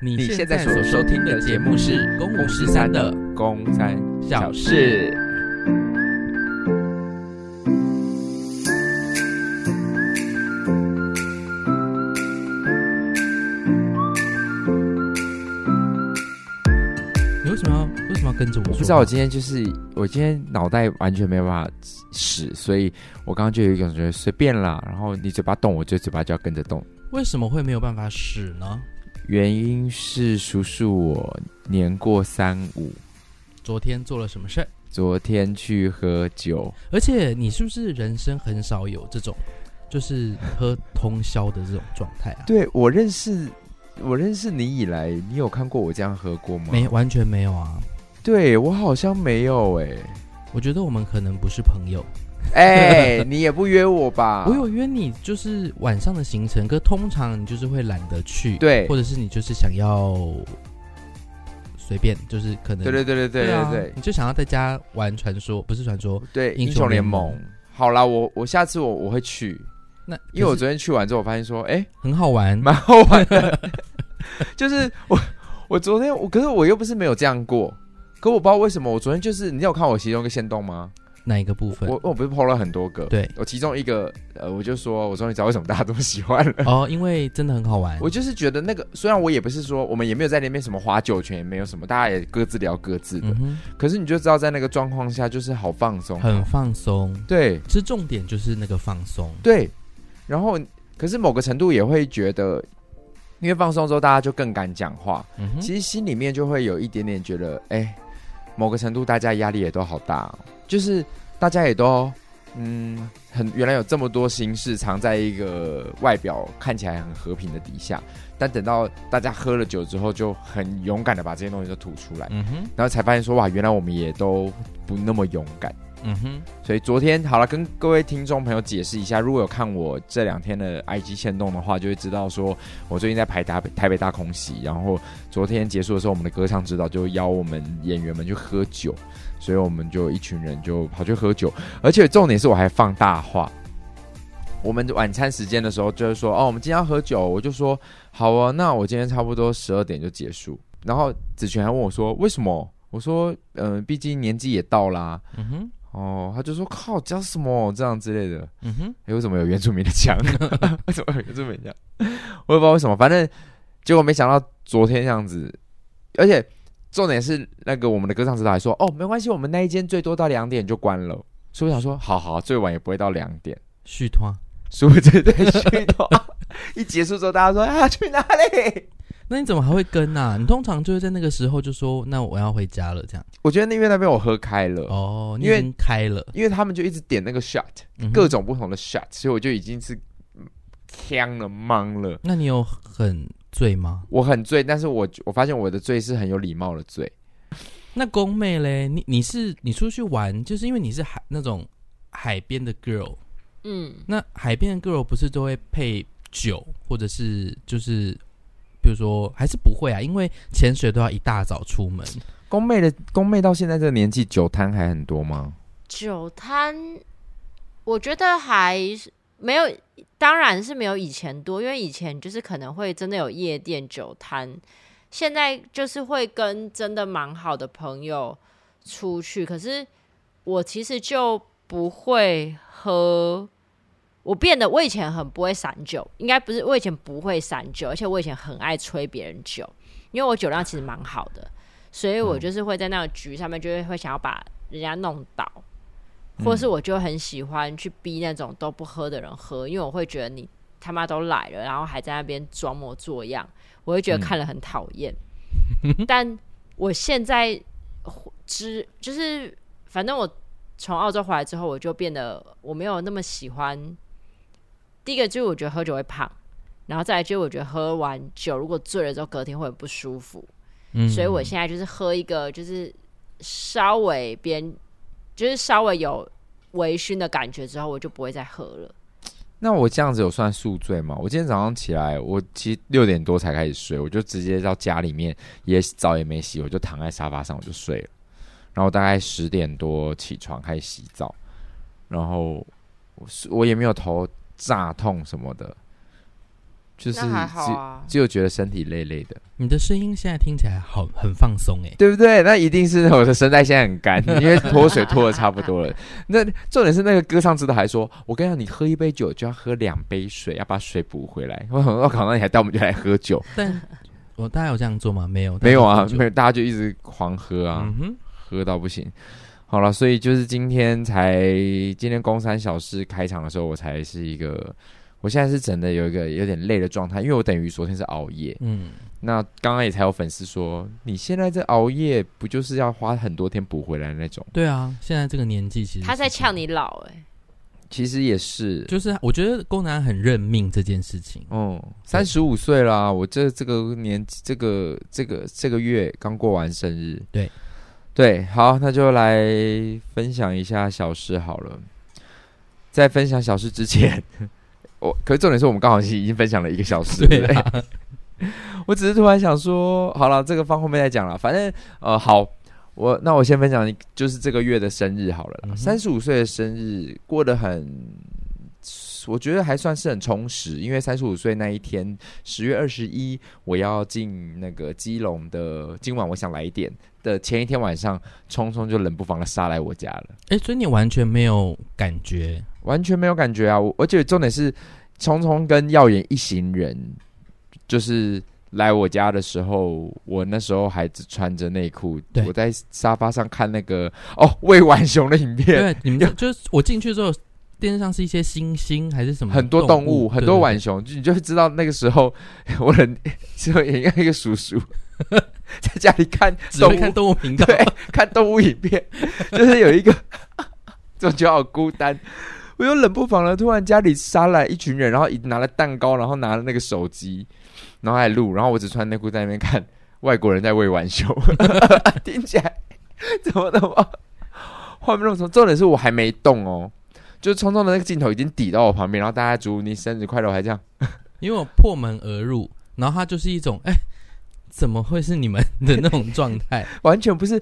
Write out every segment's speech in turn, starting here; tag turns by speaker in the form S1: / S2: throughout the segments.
S1: 你
S2: 你
S1: 现
S2: 现
S1: 在
S2: 在
S1: 所
S2: 所
S1: 收
S2: 收
S1: 听
S2: 听
S1: 的
S2: 的
S1: 节
S2: 节
S1: 目
S2: 目
S1: 是
S2: 是
S1: 《
S2: 《
S1: 公
S2: 公
S1: 五
S2: 五
S1: 十
S2: 十
S1: 三
S2: 三
S1: 的
S2: 的
S1: 公三小
S2: 小
S1: 事》。
S2: 事。
S1: 你为什么要为什么要跟着我说？
S2: 不知道我今天就是我今天脑袋完全没有办法使，所以我刚刚就有一种觉得随便啦。然后你嘴巴动，我就嘴巴就要跟着动。
S1: 为什么会没有办法使呢？
S2: 原因是叔叔我年过三五，
S1: 昨天做了什么事儿？
S2: 昨天去喝酒，
S1: 而且你是不是人生很少有这种，就是喝通宵的这种状态啊？
S2: 对我认识我认识你以来，你有看过我这样喝过吗？
S1: 没，，完全没有啊。
S2: 对我好像没有哎、
S1: 我觉得我们可能不是朋友。
S2: 哎、你也不约我吧？
S1: 我有约你，就是晚上的行程，可通常你就是会懒得去，
S2: 对
S1: 或者是你就是想要随便，就是可能
S2: 对对对对对
S1: 对啊
S2: 对对
S1: 你就想要在家玩传说，不是传说，
S2: 对
S1: 英
S2: 英
S1: 雄
S2: 雄
S1: 联
S2: 联
S1: 盟
S2: 盟。好啦，我我下次我我会去，
S1: 那
S2: 因为我
S1: 可是
S2: 昨天去完之后，我发现说，哎、
S1: 很好玩，
S2: 蛮好玩的。 就是我我昨天我可是我又不是没有这样过，可我不知道为什么我昨天就是你有看我其中一个线动吗？
S1: 哪一个部分？
S2: 我我不是 PO 了很多个，
S1: 对
S2: 我其中一个呃我就说我终于知道为什么大家这么喜欢 了。
S1: 哦，因为真的很好玩，
S2: 我就是觉得那个，虽然我也不是说我们也没有在那边什么花酒圈，也没有什么，大家也各自聊各自的。
S1: 嗯
S2: 可是你就知道，在那个状况下，就是好放松啊
S1: 哼，，很放松。
S2: 对
S1: 其实重点就是那个放松，
S2: 对。然后，可是某个程度也会觉得，因为放松之后，大家就更敢讲话，
S1: 嗯哼，
S2: 其实心里面就会有一点点觉得，哎、某个程度大家压力也都好大、哦，就是大家也都，嗯，很原来有这么多心事藏在一个外表看起来很和平的底下，但等到大家喝了酒之后，就很勇敢的把这些东西都吐出来，
S1: 嗯哼，
S2: 然后才发现说，哇，原来我们也都不那么勇敢。
S1: 嗯哼，
S2: 所以昨天好了，跟各位听众朋友解释一下，如果有看我这两天的 IG 线动的话，就会知道说我最近在排台北台北大空袭，然后昨天结束的时候，我们的歌唱指导就邀我们演员们去喝酒，所以我们就一群人就跑去喝酒，而且重点是我还放大话。我们晚餐时间的时候，就是说哦，我们今天要喝酒，我就说好啊，那我今天差不多十二点就结束。然后子璇还问我说为什么？我说嗯、呃毕竟年纪也到啦、
S1: 嗯哼，
S2: 哦，他就说靠，讲什么这样之类的。
S1: 嗯哼，
S2: 哎、为什么有原住民的枪？ 为什么有原住民的枪？我也不知道为什么，反正结果没想到昨天这样子，而且重点是那个我们的歌唱指导还说，哦，没关系，我们那一间最多到两点就关了。所以我想说，好好，最晚也不会到两点。
S1: 续团。
S2: 殊不知在去到 一结束之后，大家说啊，去哪里？
S1: 那你怎么还会跟呐、你通常就是在那个时候就说，那我要回家了这样。
S2: 我觉得那边那边我喝开了，
S1: 哦，你已
S2: 因为
S1: 经开了，
S2: 因为他们就一直点那个 shot，、
S1: 嗯哼
S2: 各种不同的 shot，所以我就已经是嗯呛了懵了。
S1: 那你有很醉吗？
S2: 我很醉，但是我我发现我的醉是很有礼貌的醉。
S1: 那宫妹嘞，你你是你出去玩，就是因为你是海那种海边的 girl，
S3: 嗯，
S1: 那海边的 girl 不是都会配酒，或者是就是，比如说还是不会啊，因为潜水都要一大早出门，
S2: 宫妹的宫妹到现在这个年纪，酒摊还很多吗？
S3: 酒摊，我觉得还是没有，当然是没有以前多，因为以前就是可能会真的有夜店酒摊，现在就是会跟真的蛮好的朋友出去，可是我其实就不会喝。我变得，我以前很不会散酒，应该不是，我以前不会散酒，而且我以前很爱催别人酒，因为我酒量其实蛮好的，所以我就是会在那个局上面，就会会想要把人家弄倒，或是我就很喜欢去逼那种都不喝的人喝，因为我会觉得你他妈都来了，然后还在那边装模作样，我会觉得看了很讨厌。但我现在知就是，反正我从澳洲回来之后，我就变得我没有那么喜欢。第一个就是我觉得喝酒会胖，然后再来就是我觉得喝完酒如果醉了之后隔天会很不舒服，
S1: 嗯，
S3: 所以我现在就是喝一个就是稍微别人就是稍微有微醺的感觉之后，我就不会再喝了。
S2: 那我这样子有算宿醉吗？我今天早上起来，我其实六点多才开始睡，我就直接到家里面，也澡也没洗，我就躺在沙发上我就睡了。然后大概十点多起床开始洗澡，然后我是我也没有头炸痛什么的，就是
S3: 那还好
S2: 只
S3: 啊。
S2: 只有觉得身体累累的，
S1: 你的声音现在听起来好很放松 哎、
S2: 对不对？那一定是我的声带现在很干，因为脱水脱的差不多了。那重点是那个歌唱指导还说，我跟你讲，你喝一杯酒就要喝两杯水，要把水补回来。 我想，我靠，那你还带我们就来喝酒？
S1: 但我大家有这样做吗？没有，
S2: 没有啊
S1: 但，是
S2: 没有，大家就一直狂喝啊。
S1: 嗯哼，
S2: 喝到不行。好了，所以就是今天才今天工三小事开场的时候，我才是一个，我现在是真的有一个有点累的状态，因为我等于昨天是熬夜。
S1: 嗯，
S2: 那刚刚也才有粉丝说，你现在在熬夜，不就是要花很多天补回来的那种？
S1: 对啊，现在这个年纪其实
S3: 他在
S1: 是这样
S3: 呛，你老哎、
S2: 其实也是，
S1: 就是我觉得宫南很认命这件事情，
S2: 嗯，三十五岁啦，我这这个年纪，这个这个这个月刚过完生日。
S1: 对，
S2: 对，好，那就来分享一下小事好了。在分享小事之前， 我可是重点是我们刚好已经分享了一个小时，对不对？ 我只是突然想说，好了，这个放后面再讲了。反正呃，好，我那我先分享一，就是这个月的生日好了
S1: 嗯
S2: 啦。
S1: 哼
S2: 三十五岁的生日过得很，我觉得还算是很充实，因为三十五岁那一天，十月二十一，我要进那个基隆的，今晚我想来一点的前一天晚上，聪聪就冷不防的杀来我家了。
S1: 哎、所以你完全没有感觉，
S2: 完全没有感觉啊！我而且重点是，聪聪跟耀眼一行人就是来我家的时候，我那时候还只穿着内裤
S1: 对，
S2: 我在沙发上看那个哦魏婉雄的影片，
S1: 对，你们就就是我进去之后，电视上是一些星星还是什么
S2: 很多
S1: 动
S2: 动物，很多浣熊，就你就会知道那个时候 我很是也像一个叔叔 在家里看
S1: 只
S2: 动
S1: 会
S2: 物
S1: 看动物频道，
S2: 对，看动物影 片，就是有一个， 就觉得好孤单。我又冷不防的，突然家里杀来一群人，然后一拿了蛋糕，然后拿了那个手机，然后还录，然后我只穿内裤在那边看外国人在喂玩 熊，听起来怎么那么 画面那么重？重点是我还没动哦，就是匆匆的那个镜头已经抵到我旁边，然后大家祝你生日快乐，我还这样。
S1: 因为我破门而入，然后他就是一种哎、怎么会是你们的那种状 态？
S2: 完全不是，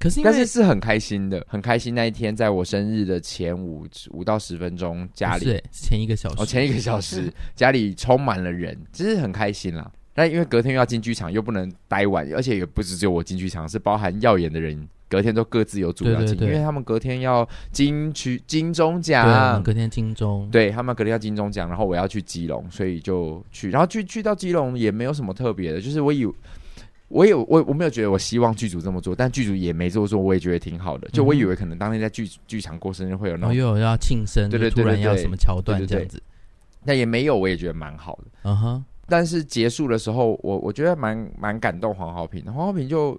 S1: 可是因
S2: 但
S1: 为
S2: 是是很开心的，很开心。那一天在我生日的前五五到十分钟，家
S1: 不
S2: 里
S1: 是欸是前一个小时，
S2: 哦，前一个小 时家里充满了人，其实很开心啦。但因为隔天又要进剧场，又不能待晚，而且也不是只有我进剧场，是包含耀眼的人，隔天都各自有主要
S1: 对对
S2: 进，
S1: 对
S2: 因为他们隔天要金曲金钟
S1: 对，啊我们
S2: 奖，
S1: 隔天金钟，
S2: 啊对他们隔天要金钟奖，然后我要去基隆，所以就去，然后去去到基隆也没有什么特别的，就是我以我有我我没有觉得我希望剧组这么做，但剧组也没这么做，我也觉得挺好的。就我以为可能当天在剧剧场过生日会有那
S1: 然后
S2: 种，
S1: 又有要庆生，
S2: 对对
S1: 就
S2: 对
S1: 突
S2: 对
S1: 然要
S2: 对
S1: 什么桥段
S2: 对对
S1: 这
S2: 对
S1: 样子，
S2: 但也没有，我也觉得蛮好的。
S1: 嗯哼，
S2: 但是结束的时候，我我觉得蛮蛮感动黄浩平的。黄浩平就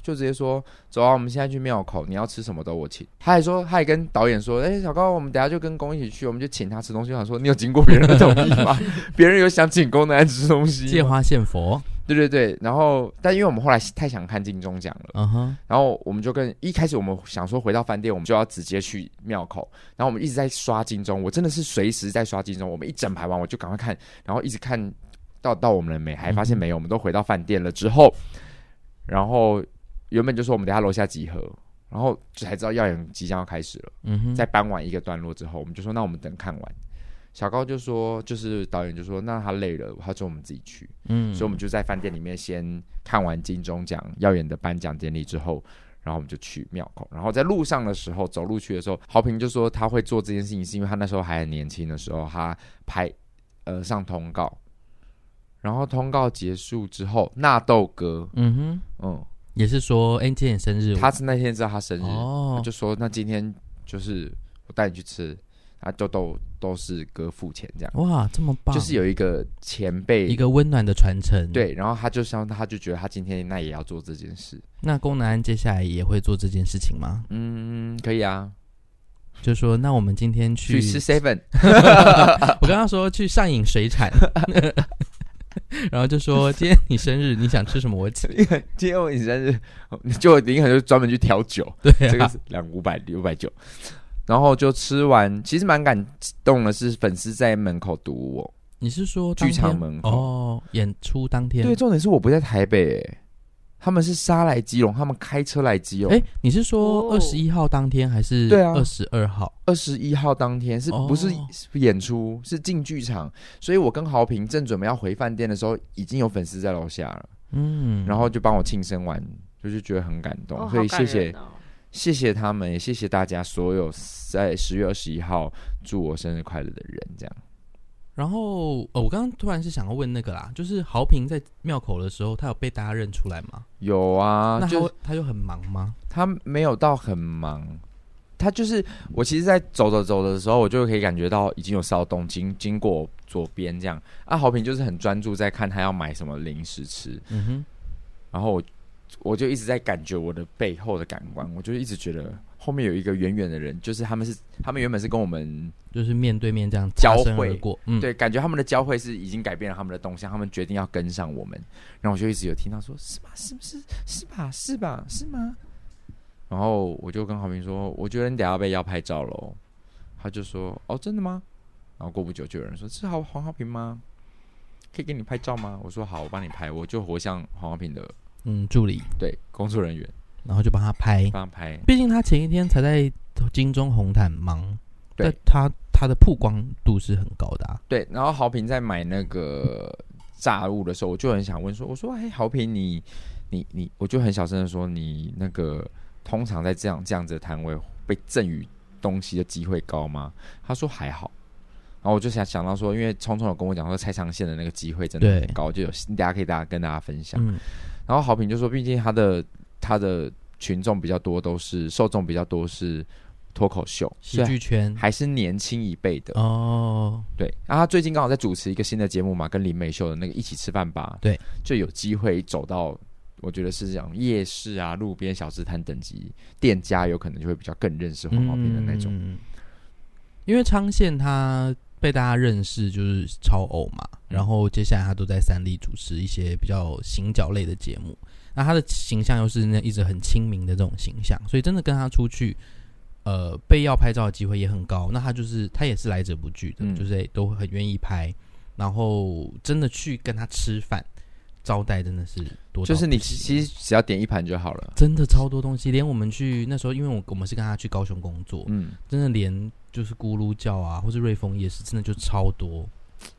S2: 就直接说：“走啊，我们现在去庙口，你要吃什么都我请。”他还说，他还跟导演说：“哎、小高，我们等下就跟公一起去，我们就请他吃东西。”我想说，你有经过别人的同意吗？ 别人有想请公男吃东西
S1: 借
S2: 吗？
S1: 花献佛，
S2: 对对对。然后，但因为我们后来太想看金钟奖了。
S1: 嗯哼，
S2: 然后我们就跟一开始我们想说回到饭店，我们就要直接去庙口。然后我们一直在刷金钟，我真的是随时在刷金钟。我们一整排完，我就赶快看，然后一直看到到我们的美，还发现没有，我们都回到饭店了之后，然后原本就说我们等一下楼下集合，然后就才知道耀眼即将要开始了。
S1: 嗯哼，
S2: 在搬完一个段落之后，我们就说那我们等看完。小高就说，就是导演就说，那他累了，他说我们自己去。
S1: 嗯
S2: 所以我们就在饭店里面先看完金钟奖耀眼的颁奖典礼之后，然后我们就去庙口。然后在路上的时候，走路去的时候，豪平就说他会做这件事情，是因为他那时候还很年轻的时候，他拍呃上通告，然后通告结束之后，纳豆哥，
S1: 嗯哼，
S2: 嗯，
S1: 也是说，哎，今天你生日，
S2: 他是那天知道他生日，他
S1: 哦，
S2: 就说那今天就是我带你去吃，啊，都都都是哥付钱这样，
S1: 哇，这么棒，
S2: 就是有一个前辈
S1: 一个温暖的传承，。
S2: 对，然后他就像他就觉得他今天那也要做这件事，
S1: 那宫南安接下来也会做这件事情吗？
S2: 嗯，可以啊，
S1: 就说那我们今天去
S2: 去吃 seven，
S1: 我跟他说去上影水产， 然后就说今天你生日，你想吃什么我请。
S2: 今天我你生日， 就林肯就专门去调酒，
S1: 对、啊，
S2: 这个是两五百六百九，然后就吃完，其实蛮感动的是粉丝在门口堵我，
S1: 你是说当天
S2: 剧场门口
S1: 哦？演出当天
S2: 对，重点是我不在台北、欸，他们是杀来基隆，他们开车来基隆。
S1: 哎、你是说
S3: 哦
S1: 二十一号当天还是
S2: 对啊
S1: 二十二号？
S2: 二十一号当天是
S1: 哦
S2: 不是演出？是进剧场，所以我跟豪平正准备要回饭店的时候，已经有粉丝在楼下了，
S1: 嗯，
S2: 然后就帮我庆生完，就是觉得很感动，
S3: 哦，
S2: 所以
S3: 好感
S2: 谢谢
S3: 人哦
S2: 谢谢他们，也谢谢大家所有在十月二十一号祝我生日快乐的人，这样。
S1: 然后呃，我刚刚突然是想要问那个啦，就是豪平在庙口的时候，他有被大家认出来吗？
S2: 有啊，
S1: 那他
S2: 就
S1: 会他又很忙吗？
S2: 他没有到很忙，他就是我其实，在走着走着的时候，我就可以感觉到已经有骚动经经过我左边这样。啊，豪平就是很专注在看他要买什么零食吃，
S1: 嗯哼，
S2: 然后我我就一直在感觉我的背后的感官，我就一直觉得后面有一个远远的人，就是他们是他们原本是跟我们、
S1: 就是面对面这样
S2: 交
S1: 擦身
S2: 汇
S1: 而过，嗯，
S2: 对，感觉他们的交汇是已经改变了他们的动向，他们决定要跟上我们，然后我就一直有听到说是吗？是不是？是吧？是吧？是吗？然后我就跟郝平说，我觉得你等下要被要拍照喽。他就说哦，真的吗？然后过不久就有人说是好黄浩平吗？可以给你拍照吗？我说好，我帮你拍，我就活像黄浩平的
S1: 嗯，助理，
S2: 对工作人员
S1: 然后就帮他拍。
S2: 帮他拍。
S1: 毕竟他前一天才在金钟红毯忙，
S2: 对
S1: 但他他的曝光度是很高的、啊。
S2: 对，然后豪平在买那个炸物的时候，我就很想问说，我说，哎，豪平你，你你我就很小声的说，你那个通常在这样这样子的摊位被赠予东西的机会高吗？他说还好。然后我就想想到说，因为聪聪有跟我讲说，拆长线的那个机会真的很
S1: 对
S2: 高，就有大家可以大家跟大家分享。
S1: 嗯，
S2: 然后好评就说，毕竟他的他的群众比较多，都是受众比较多是脱口秀，
S1: 喜
S2: 所以
S1: 剧圈
S2: 还是啊年轻一辈的。
S1: 哦，
S2: 对，然、后他最近刚好在主持一个新的节目嘛，跟林美秀的那个一起吃饭吧，
S1: 对，
S2: 就有机会走到，我觉得是这种夜市啊、路边小吃摊等级店家，有可能就会比较更认识黄毛平的那种。
S1: 嗯因为昌宪他被大家认识就是超偶嘛，
S2: 嗯
S1: 然后接下来他都在三立主持一些比较行脚类的节目，那他的形象又是那一直很亲民的这种形象，所以真的跟他出去，呃，被要拍照的机会也很高。那他就是他也是来者不拒的，
S2: 嗯
S1: 就是都很愿意拍，然后真的去跟他吃饭，招待真的是多到
S2: 就是你
S1: 不行
S2: 其实只要点一盘就好了。
S1: 真的超多东西，连我们去那时候，因为我我们是跟他去高雄工作，
S2: 嗯，
S1: 真的连就是咕噜叫啊，或是瑞丰夜市，真的就超多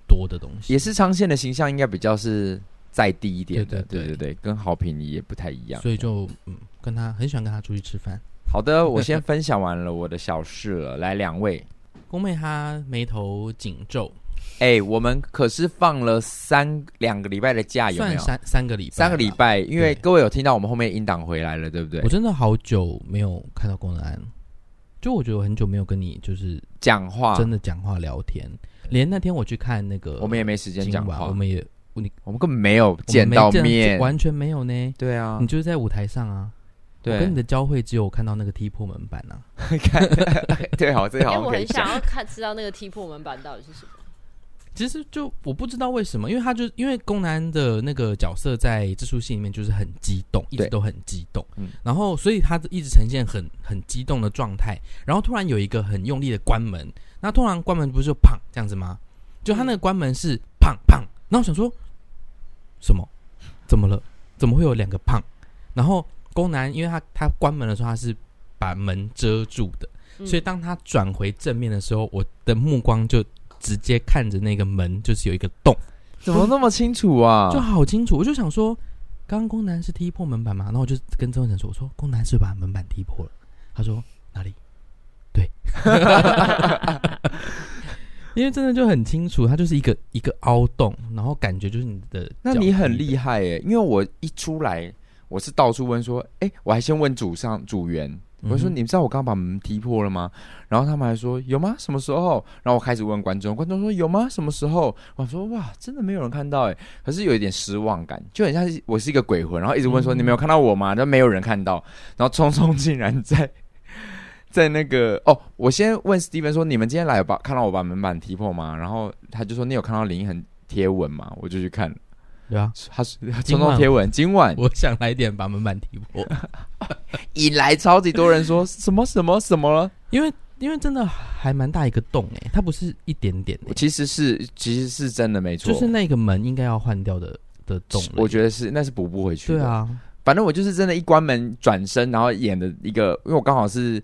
S1: 多的东西。
S2: 也是昌宪的形象应该比较是在地一点的，
S1: 对
S2: 对
S1: 对
S2: 对对，跟好评也不太一样。
S1: 所以就嗯，跟他很喜欢跟他出去吃饭。
S2: 好的，我先分享完了我的小事了，来两位，
S1: 宫妹她眉头紧皱，
S2: 哎、我们可是放了三两个礼拜的假，啊有没
S1: 算
S2: 有？
S1: 三三个礼拜，
S2: 三个礼。拜，因为
S1: 对
S2: 各位有听到我们后面音档回来了，对不对
S1: 我？真的好久没有看到宫能安，就我觉得我很久没有跟你就是
S2: 讲话，
S1: 真的讲话聊天，连那天我去看那个
S2: 啊我们也没时间
S1: 今
S2: 讲
S1: 晚
S2: 话，
S1: 我们也
S2: 我们根本没有见
S1: 我们没
S2: 到
S1: 见
S2: 面，
S1: 完全没有呢。
S2: 对啊
S1: 你，就是在舞台上啊，我
S2: 对
S1: 跟你，的交汇只有我看到那个踢破门板啊。
S2: 对，好，这个好
S3: 哎，
S2: 像
S3: 我
S2: 可以
S3: 很
S2: 讲
S3: 想。要看知道那个踢破门板到底是什么。
S1: 其实就我不知道为什么，因为他就因为宫南的那个角色在这出戏里面就是很激动，一直
S2: 对
S1: 都很激动，
S2: 嗯
S1: 然后所以他一直呈现很很激动的状态，然后突然有一个很用力的关门，那通常关门不是就砰这样子吗？就他那个关门是砰砰，然后我想说什么？怎么了？怎么会有两个胖？然后宫南因为他他关门的时候他是把门遮住的，
S3: 嗯
S1: 所以当他转回正面的时候，我的目光就直接看着那个门，就是有一个洞，
S2: 怎么那么清楚啊？
S1: 就好清楚。我就想说，刚刚宫南是踢破门板嘛，然后我就跟周文成说：“我说宫南是不是把门板踢破了。”他说：“哪里？” 对，因为真的就很清楚，它就是一个一个凹洞，然后感觉就是你的。
S2: 那你很厉害耶，因为我一出来，我是到处问说，哎、我还先问组上组员，
S1: 嗯哼
S2: 我说你们知道我刚刚把门踢破了吗？然后他们还说有吗？什么时候？然后我开始问观众，观众说有吗？什么时候？我说哇，真的没有人看到哎，可是有一点失望感，就很像是我是一个鬼魂，然后一直问说、
S1: 嗯
S2: 你没有看到我吗？然后没有人看到，然后聪聪竟然在。 在那个哦，我先问 Steven 说：“你们今天来有把看到我把门板踢破吗？”然后他就说：“你有看到林恒贴文吗？”我就去看了，
S1: 对啊，
S2: 他是
S1: 今
S2: 冲
S1: 晚
S2: 动贴文，今晚
S1: 我想来点把门板踢破。
S2: 引来超级多人 说什么什么什么了。
S1: 因为因为真的还蛮大一个洞哎、它不是一点点、欸，
S2: 其实是其实是真的没错，
S1: 就是那个门应该要换掉的的洞了。
S2: 我觉得是那是补不回去的。
S1: 对，啊，
S2: 反正我就是真的，一关门转身，然后演的一个，因为我刚好是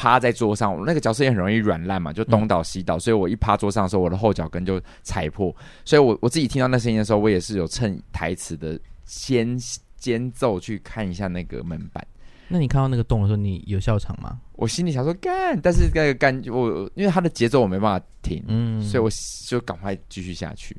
S2: 趴在桌上，我那个角色也很容易软烂嘛，就东
S1: 嗯
S2: 倒西倒，所以我一趴桌上的时候，我的后脚跟就踩破，所以我我自己听到那声音的时候，我也是有趁台词的先间奏去看一下那个门板。
S1: 那你看到那个洞的时候，你有笑场吗？
S2: 我心里想说干，但是那个干我因为他的节奏我没办法停，
S1: 嗯，
S2: 所以我就赶快继续下去。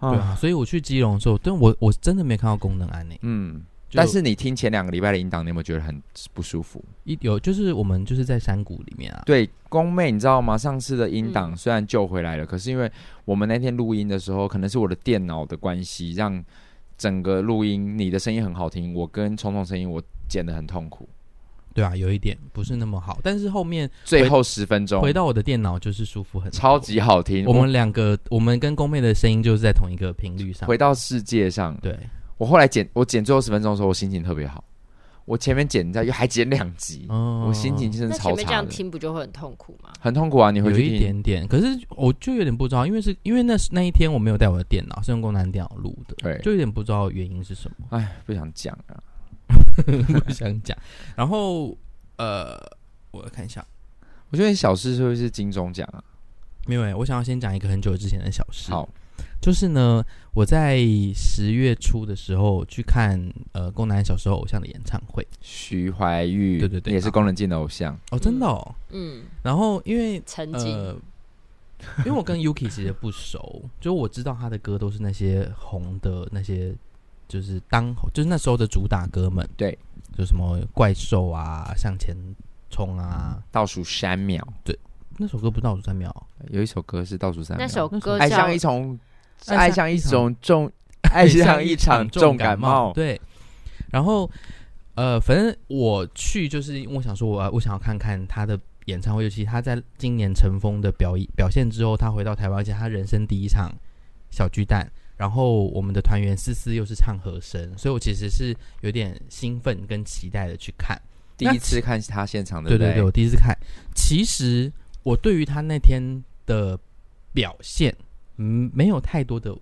S1: 对啊，所以我去基隆的时候，但我我真的没看到功能安呢、
S2: 嗯，
S1: 就
S2: 但是你听前两个礼拜的音档，你有没有觉得很不舒服？啊
S1: 一有就是我们就是在山谷里面啊，
S2: 对，宫妹，你知道吗？上次的音档
S3: 嗯
S2: 虽然救回来了，可是因为我们那天录音的时候，可能是我的电脑的关系，让整个录音你的声音很好听，我跟虫虫声音我剪得很痛苦。
S1: 对啊，有一点不是那么好，但是后面
S2: 最后十分钟
S1: 回到我的电脑就是舒服很多
S2: 超。级好听，
S1: 我们两个，我们跟宫妹的声音就是在同一个频率
S2: 我
S1: 上。
S2: 回到世界上。
S1: 对，
S2: 我后来剪我剪最后十分钟的时候，我心情特别好。我前面剪掉又还剪两集，
S1: 哦
S2: 我心情真的
S3: 那
S2: 是超
S3: 前面这
S2: 差
S3: 样
S2: 的，
S3: 听不就会很痛苦吗？
S2: 很痛苦啊！你回
S1: 有
S2: 去
S1: 一
S2: 听，
S1: 点点，可是我就有点不知道，因为是因为那是那一天我没有带我的电脑，是用功能电脑录的，
S2: 对
S1: 就有点不知道原因是什么，
S2: 哎，不想讲啊。
S1: 不想讲。然后呃，我看一下，
S2: 我觉得你小事是不是金钟奖啊？
S1: 没有、欸，我想要先讲一个很久之前的小事。
S2: 好，
S1: 就是呢，我在十月初的时候去看呃宫南小时候偶像的演唱会
S2: 徐怀钰，
S1: 对对对
S2: 也是宫能静的偶像。
S1: 哦，真的哦。
S3: 嗯，
S2: 呃
S1: 然后因为
S3: 曾经、
S1: 呃，因为我跟 Yuki 其实不熟，就我知道他的歌都是那些红的那些，就是当就是那时候的主打歌们，
S2: 对，
S1: 就什么怪兽啊、向前冲啊，
S2: 倒数三秒，
S1: 那首歌不到五三秒，
S2: 有一首歌是倒数三秒。
S3: 那首
S1: 那首
S3: 歌
S2: 爱
S3: 叫
S2: 上一种，
S1: 爱上
S2: 爱上一种重， 爱上一场重感冒。
S1: 对，然后呃，反正我去就是因为我想说我，我想要看看他的演唱会，尤其他在今年尘封的表演表现之后，他回到台湾，而且他人生第一场小巨蛋。然后我们的团员思思又是唱和声，所以我其实是有点兴奋跟期待的去看。
S2: 第一次看他现场的，
S1: 对
S2: 不
S1: 对对，我第一次看。其实我对于他那天的表现，嗯，没有太多的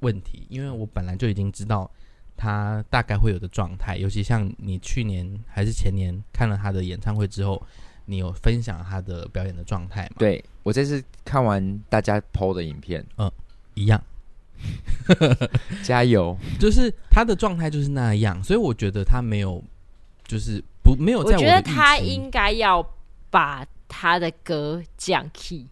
S1: 问题，因为我本来就已经知道他大概会有的状态。尤其像你去年还是前年看了他的演唱会之后，你有分享他的表演的状态嘛？，
S2: 对我这次看完大家 PO 的影 片，
S1: 一样，
S2: 加油！
S1: 就是他的状态就是那样，所以我觉得他没有，就是不没有
S3: 我
S1: 在
S3: 觉
S1: 的
S3: 得他
S1: 预期
S3: 应该要把他的歌降 key，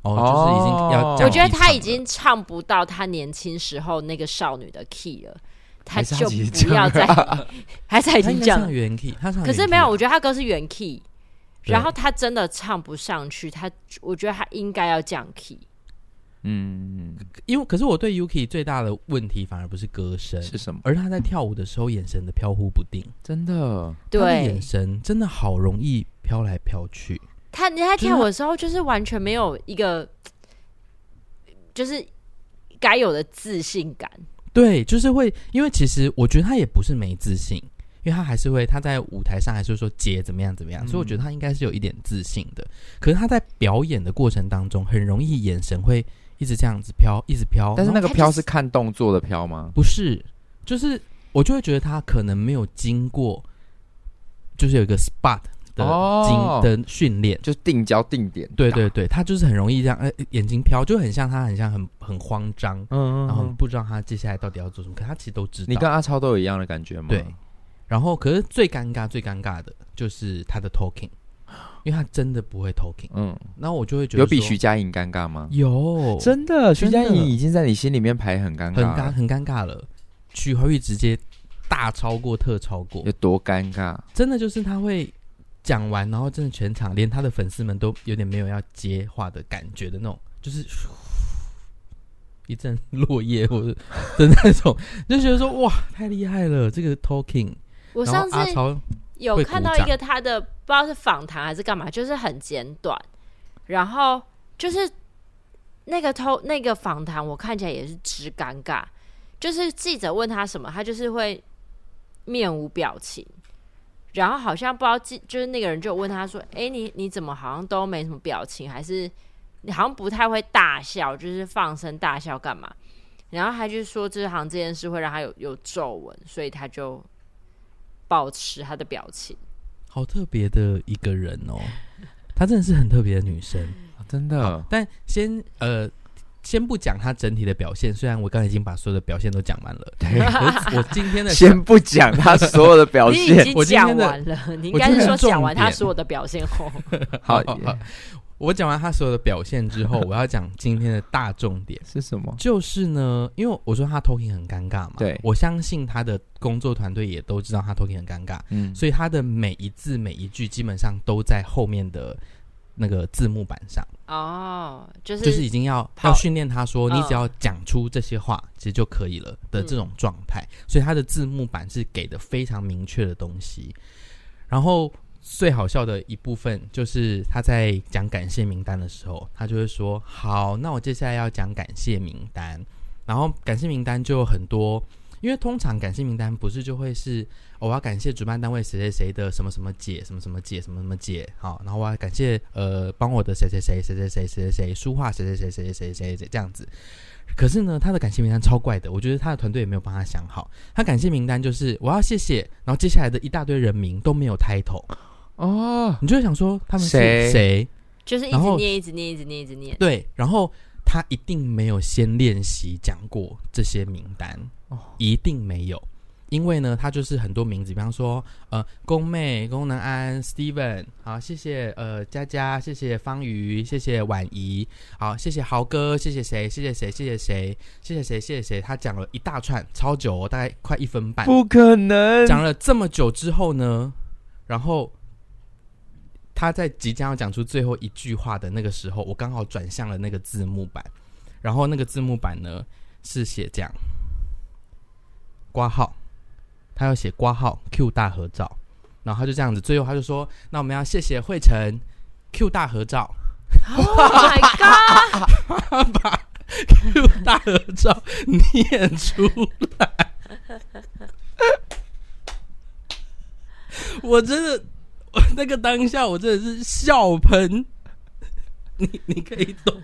S1: 哦，就是已经要
S2: 哦
S1: 降
S3: 我觉得
S1: 低
S3: 他
S1: 唱
S3: 已
S1: 了
S3: 经唱不到他年轻时候那个少女的 key 了，他
S2: 还是他
S3: 就
S2: 其实
S3: 不要再， 还是他已
S1: 他
S3: 经
S1: 应该
S3: 降了
S1: 唱。原 key，他唱
S3: 可是
S1: 原
S3: 没
S1: key
S3: 有，
S1: 啊
S3: 我觉得他歌是原 key，
S1: 对
S3: 然后他真的唱不上去，他我觉得他应该要降 key。
S2: 嗯，
S1: 因为可是我对 Yuki 最大的问题反而不是歌声，
S2: 是什么？
S1: 而他在跳舞的时候眼神的飘忽不定，
S2: 真的，
S1: 他的眼
S3: 对
S1: 神真的好容易飘来飘去。
S3: 他，你在
S1: 就是
S3: 跳舞的时候就是完全没有一个，就是该有的自信感。
S1: 对，就是会，因为其实我觉得他也不是没自信，因为他还是会他在舞台上还是会说姐怎么样怎
S2: 嗯
S1: 么样，所以我觉得他应该是有一点自信的。可是他在表演的过程当中，很容易眼神会一直这样子飘，一直飘，
S2: 但是
S1: 然后
S2: 那个
S3: 他就
S2: 飘
S3: 是
S2: 是看动作的飘吗？
S1: 不是，就是我就会觉得他可能没有经过，就是有一个 spot 的经、
S2: 哦
S1: 的训练。
S2: 就定焦定点。
S1: 对对，对，他就是很容易这样，呃，眼睛飘，就很像他，很像很很慌张，
S2: 嗯
S1: 然后不知道他接下来到底要做什么。可他其实都知
S2: 你
S1: 道
S2: 跟。阿超都有一样的感觉吗？
S1: 对然后，可是最尴尬、最尴尬的就是他的 talking，因为他真的不会 talking。
S2: 嗯，
S1: 然后我就会觉得
S2: 有比
S1: 说
S2: 徐佳莹尴尬吗？
S1: 有
S2: 真的，啊徐佳
S1: 真的
S2: 莹已经在你心里面排很尴
S1: 很
S2: 尬
S1: 尴
S2: 了，
S1: 很尴尬了。许怀玉直接大超过、特超过
S2: 有，多尴尬？
S1: 真的就是他会讲完，然后真的全场连他的粉丝们都有点没有要接话的感觉的那种，就是 咻一阵落叶或者 的那种，就觉得说哇，太厉害了，这个 talking。
S3: 我
S1: 然
S3: 上
S1: 后
S3: 次
S1: 阿超
S3: 有
S1: 会鼓
S3: 看到一
S1: 掌
S3: 个他的不知道是访谈还是干嘛，就是很简短，然后就是那个偷那个访谈，我看起来也是直尴尬，就是记者问他什么，他就是会面无表情，然后好像不知道记，就是那个人就问他说：“诶，你你怎么好像都没什么表情，还是你好像不太会大笑，就是放声大笑干嘛？”然后他就说这行这件事会让他有有皱纹，所以他就保持他的表情。
S1: 好特别的一个人哦，她真的是很特别的女生。
S2: 真的，
S1: 但先呃，先不讲她整体的表现，虽然我刚才已经把所有的表现都讲完 了，我我今天的
S2: 先不讲他所有的表
S3: 你已
S2: 现，
S3: 经
S1: 我今
S3: 讲
S1: 天的
S3: 完了，你应
S1: 我
S3: 该
S1: 今
S3: 是
S1: 天的
S3: 说讲
S1: 重
S3: 完他
S1: 点
S3: 所有的表现后，
S2: 好
S1: 好
S2: 耶
S1: 好我讲完她所有的表现之后，我要讲今天的大重点。
S2: 是什么？
S1: 就是呢，因为我说她 talking 很尴尬嘛，
S2: 对
S1: 我相信她的工作团队也都知道她 talking 很尴尬，
S2: 嗯，
S1: 所以她的每一字每一句基本上都在后面的那个字幕板上，
S3: 哦，就是
S1: 就是已经要
S3: 好
S1: 要训练她说，
S3: 嗯
S1: 你只要讲出这些话，其实就可以了的这种状态，所以她的字幕板是给的非常明确的东西，然后。最好笑的一部分就是她在讲感谢名单的时候，她就会说：“好，那我接下来要讲感谢名单。”然后感谢名单就有很多，因为通常感谢名单不是就会是、哦我要感谢主办单位谁谁谁的什么什么姐什么什么姐什么什么姐，好，然后我要感谢呃帮我的谁谁谁谁谁谁谁谁谁书画谁谁谁谁谁谁谁谁这样子。可是呢，他的感谢名单超怪的，我觉得他的团队也没有帮他想好。他感谢名单就是我要谢谢，然后接下来的一大堆人名都没有 title，
S2: 哦，
S1: 你就会想说他们是
S2: 谁
S1: 谁？
S3: 就是一直
S1: 然后
S3: 念，一直念，一直念，一直 念。
S1: 对，然后他一定没有先练习讲过这些名单，
S2: 哦
S1: 一定没有，因为呢，他就是很多名字，比方说呃，宫妹、宫能安、Steven，好，谢谢呃佳佳，谢谢方瑜，谢谢婉仪，好，谢谢豪哥，谢谢谁，谢谢谁，谢谢谁，谢谢谁，谢谢谁，他讲了一大串，超久、哦，大概快一分半，
S2: 不可能，
S1: 讲了这么久之后呢，然后他在即将要讲出最后一句话的那个时候，我刚好转向了那个字幕版，然后那个字幕版呢是写这样，挂号，他要写挂号 Q 大合照，然后他就这样子，最后他就说，那我们要谢谢惠晨 Q 大合照，
S3: Oh my god！
S1: Q 大合照念出来，我真的，我那个当下我真的是笑喷， 你你可以懂，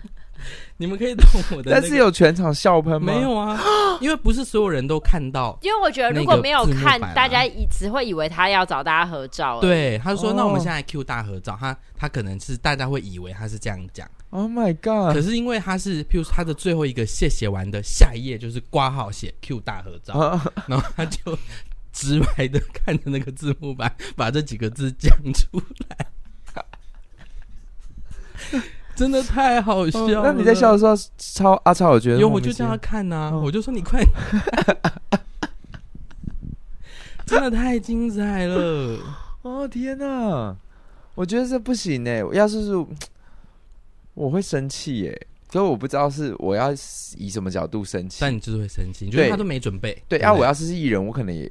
S1: 你们可以懂我的、那
S2: 但
S1: 个，
S2: 是有全场笑喷吗？
S1: 没，有啊？ 因为不是所有人都看到。
S3: 因为我觉得如
S1: 那
S3: 果
S1: 个
S3: 没有
S1: 字幕
S3: 看，
S1: 版啊
S3: 大家以只会以为他要找大家合照。，
S1: 对，他就说：“
S2: 哦
S1: 那我们现在 Q 大合照。他”他可能是大家会以为他是这样讲，
S2: Oh my god！
S1: 可是因为他是，譬如说他的最后一个谢写完的下一页就是挂号写 Q 大合照，
S2: 啊，
S1: 然后他就直白的看着那个字幕板，把这几个字讲出来， 真的太好笑了。
S2: 哦那你在笑？的时候，超阿超，我觉得
S1: 啊有，
S2: 莫
S1: 我
S2: 名
S1: 就
S2: 其
S1: 这
S2: 妙
S1: 样看呐、
S2: 哦
S1: 我就说你快， 真的太精彩了。
S2: 哦天哪，我觉得这不行哎，要是是我会生气耶，所以我不知道是我要以什么角度生气。
S1: 但你就是会生气，你觉得
S2: 对
S1: 他都没准备，
S2: 对，啊
S1: 不
S2: 要、我要是是艺人，我可能也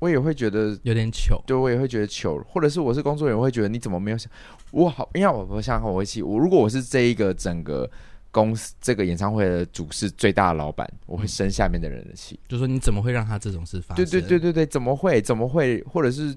S2: 我也会觉得，
S1: 有点糗。
S2: 对我也会觉得糗，或者是我是工作人员，我会觉得你怎么没有想我好？因为我我想好我会气，我如果我是这一个整个。公司这个演唱会的主事最大的老板，我会生下面的人的气。
S1: 就说你怎么会让他这种事发
S2: 对
S1: 生？
S2: 对对对对，怎么会？怎么会？或者是，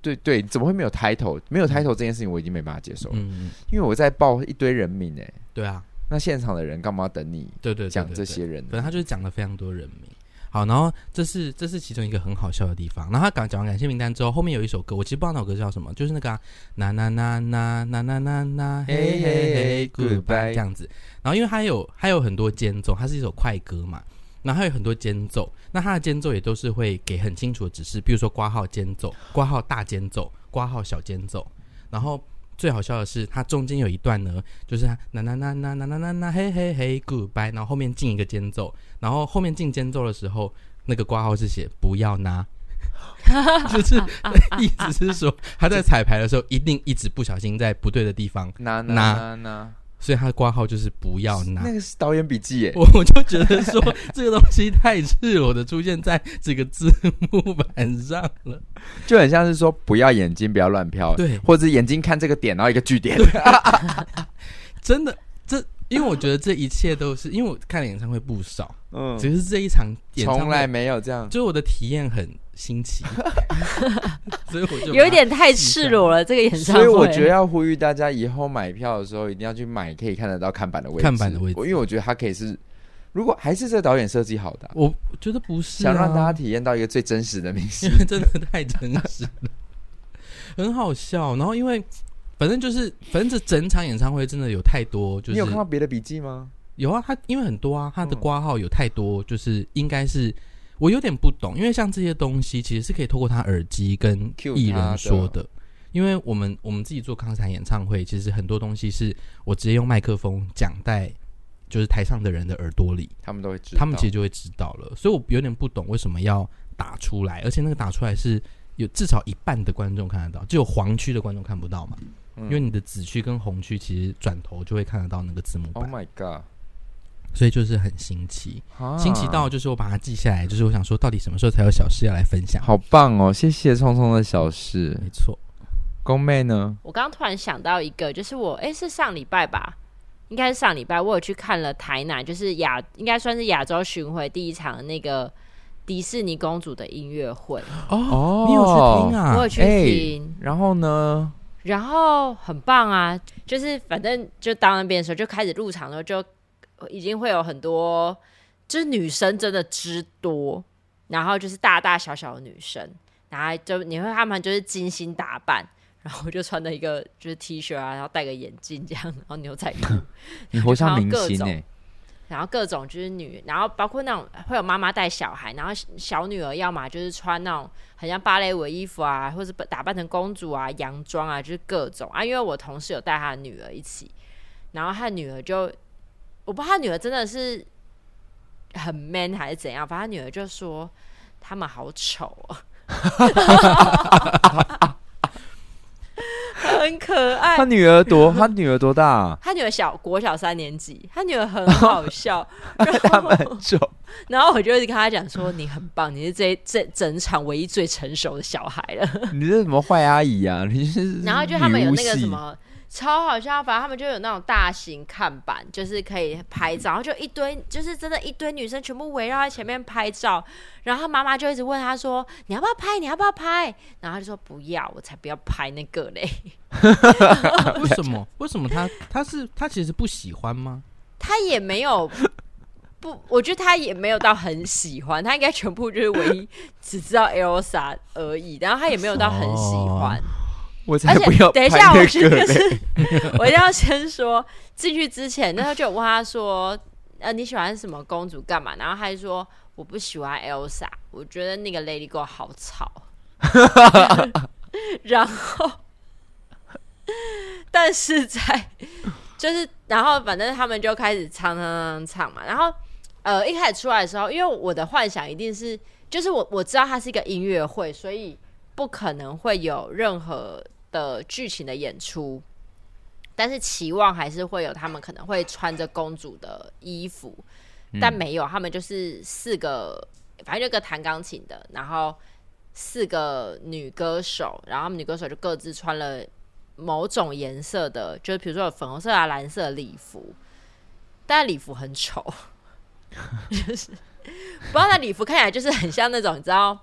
S2: 对对，怎么会没有 title？没有 title 这件事情，我已经没办法接受了。
S1: 嗯，嗯，
S2: 因为我在报一堆人名哎、
S1: 对啊，
S2: 那现场的人干嘛等你
S1: 对对对对
S2: 讲
S1: 对
S2: 这些人呢？
S1: 反正他就是讲了非常多人名。好，然后这是这是其中一个很好笑的地方。然后他讲讲完感谢名单之后，后面有一首歌，我其实不知道那首歌叫什么，就是那个啊na na na na na na na na hey hey hey goodbye 这样子。然后因为它有它有很多间奏，它是一首快歌嘛，然后它有很多间奏，那它的间奏也都是会给很清楚的指示，比如说挂号间奏、挂号大间奏、挂号小间奏，然后。最好笑的是，它中间有一段呢，就是它na na na na na na na na hey hey hey goodbye，然后后面进一个间奏，然后后面进间奏的时候，那个挂号是写不要拿， 就是 意思是说他在彩排的时候一定一直不小心在不对的地方，
S2: 那那那
S1: 拿
S2: 那，
S1: 所以他的挂号就是不要拿
S2: 那。个是导演笔记欸耶、
S1: 我我就觉得说 这个东西太赤裸的出现在这个字幕板上了，
S2: 就很像是说不要眼睛不要乱瞟，
S1: 对
S2: 或者是眼睛看这个点，然后一个句 点，
S1: 真的这。因为我觉得这一切都是因为我看了演唱会不少，
S2: 嗯，
S1: 只是这一场演唱
S2: 从来
S1: 会，
S2: 没有这样。
S1: 就是我的体验很新 奇，所以我就把它
S3: 有一点太赤裸了，这个演
S2: 所
S3: 唱会。
S2: 以我觉得要呼吁大家，以后买票的时候一定要去买可以看得到看板的位置，
S1: 看板的位置
S2: 我因为我觉得它可以是，如果还是这导演设计好的啊、
S1: 我觉得不是、啊，
S2: 想让大家体验到一个最真实的明星
S1: 因为真的太真实了，很好笑。然后因为反正就是，反正这整场演唱会真的有太多， 就
S2: 你
S1: 是
S2: 有看到别的笔记吗？
S1: 有啊，他因为很多啊，他的
S2: 嗯
S1: 挂号有太多，就是应该是我有点不懂，因为像这些东西其实是可以透过他耳机跟
S2: Cue
S1: 艺
S2: 他的
S1: 人说的。因为我们我们自己做康斯坦演唱会，其实很多东西是我直接用麦克风讲在就是台上的人的耳朵里，
S2: 他们都会知道。
S1: 他们其实就会知道了。所以我有点不懂为什么要打出来，而且那个打出来是有至少一半的观众看得到，只有黄区的观众看不到嘛。
S2: 嗯
S1: 因为你的紫区跟红区其实转头就会看得到那个字幕
S2: Oh
S1: 版，
S2: my God，
S1: 所以就是很新奇，
S2: 啊
S1: 新奇到就是我把它记下来，就是我想说到底什么时候才有小事要来分享。，
S2: 好棒哦！谢谢聪聪的小事。
S1: 没错，
S2: 宫妹呢？
S3: 我刚刚突然想到一个，就是我诶是上礼拜吧，应该是上礼拜我有去看了台南，就是亚应该算是亚洲巡回第一场的那个迪士尼公主的音乐会，
S1: 哦，
S2: 哦
S1: 你有去听
S3: 我有
S1: 啊？
S3: 去
S2: 哎
S3: 听。
S2: 然后呢？
S3: 然后很棒啊，就是反正就到那边的时候，就开始入场的时候就呃已经会有很多，就是女生真的之多，然后就是大大小小的女生，然后就你会他们就是精心打扮，然后就穿的一个就是 T 恤啊，然后戴个眼镜这样，然后牛仔裤，
S2: 你活像明
S3: 就看到各
S2: 星
S3: 种
S2: 哎、
S3: 然后各种就是女，然后包括那种会有妈妈带小孩，然后小女儿要么就是穿那种很像芭蕾舞的衣服啊，或者打扮成公主啊、洋装啊，就是各种啊。因为我同事有带她的女儿一起，然后她女儿就，我不知道她女儿真的是很 man 还是怎样，反正她女儿就说他们好丑哦。很可爱？
S2: 他，女儿多，他女儿多大、啊
S3: 他女儿小国小三年级，他女儿很好笑，然后
S2: 就
S3: 然后我就一直跟他讲说：“你很棒，你是这这整场唯一最成熟的小孩了。
S2: 你这是什么坏阿姨啊？你是”
S3: 然后就他们有那
S2: 女巫
S3: 个
S2: 系
S3: 什么超好笑，反正他们就有那种大型看板，就是可以拍照，然后就一堆就是真的一堆女生全部围绕在前面拍照，然后他妈妈就一直问他说：“你要不要拍？你要不要拍？”然后他就说：“不要，我才不要拍那个嘞。”
S1: 为什么？为什么他他是他其实不喜欢吗？
S3: 他也没有不，我觉得他也没有到很喜欢，他应该全部就是唯一只知道 Elsa 而已，然后他也没有到很喜欢。
S2: 我才
S3: 而
S2: 不
S3: 且
S2: 要
S3: 等
S2: 拍
S3: 一下，
S2: 那
S3: 我
S2: 个
S3: 是就
S2: 嘞！
S3: 是 我一定要先说进去之前，那时候就有问他说：“呃，你喜欢什么公主干嘛？”然后他就说：“我不喜欢 Elsa，我觉得那个 Lady Go 好吵。”然后，但是在就是，然后反正他们就开始唱唱唱唱嘛。然后，呃，一开始出来的时候，因为我的幻想一定是，就是我我知道它是一个音乐会，所以不可能会有任何的剧情的演出。但是期望还是会有，他们可能会穿着公主的衣服，但没有，他们就是四个，反正就一个弹钢琴的，然后四个女歌手，然后他们女歌手就各自穿了某种颜色的，就是比如说有粉红色啊、蓝色的礼服，但礼服很丑， 就是不知道那礼服看起来就是很像那种你知道，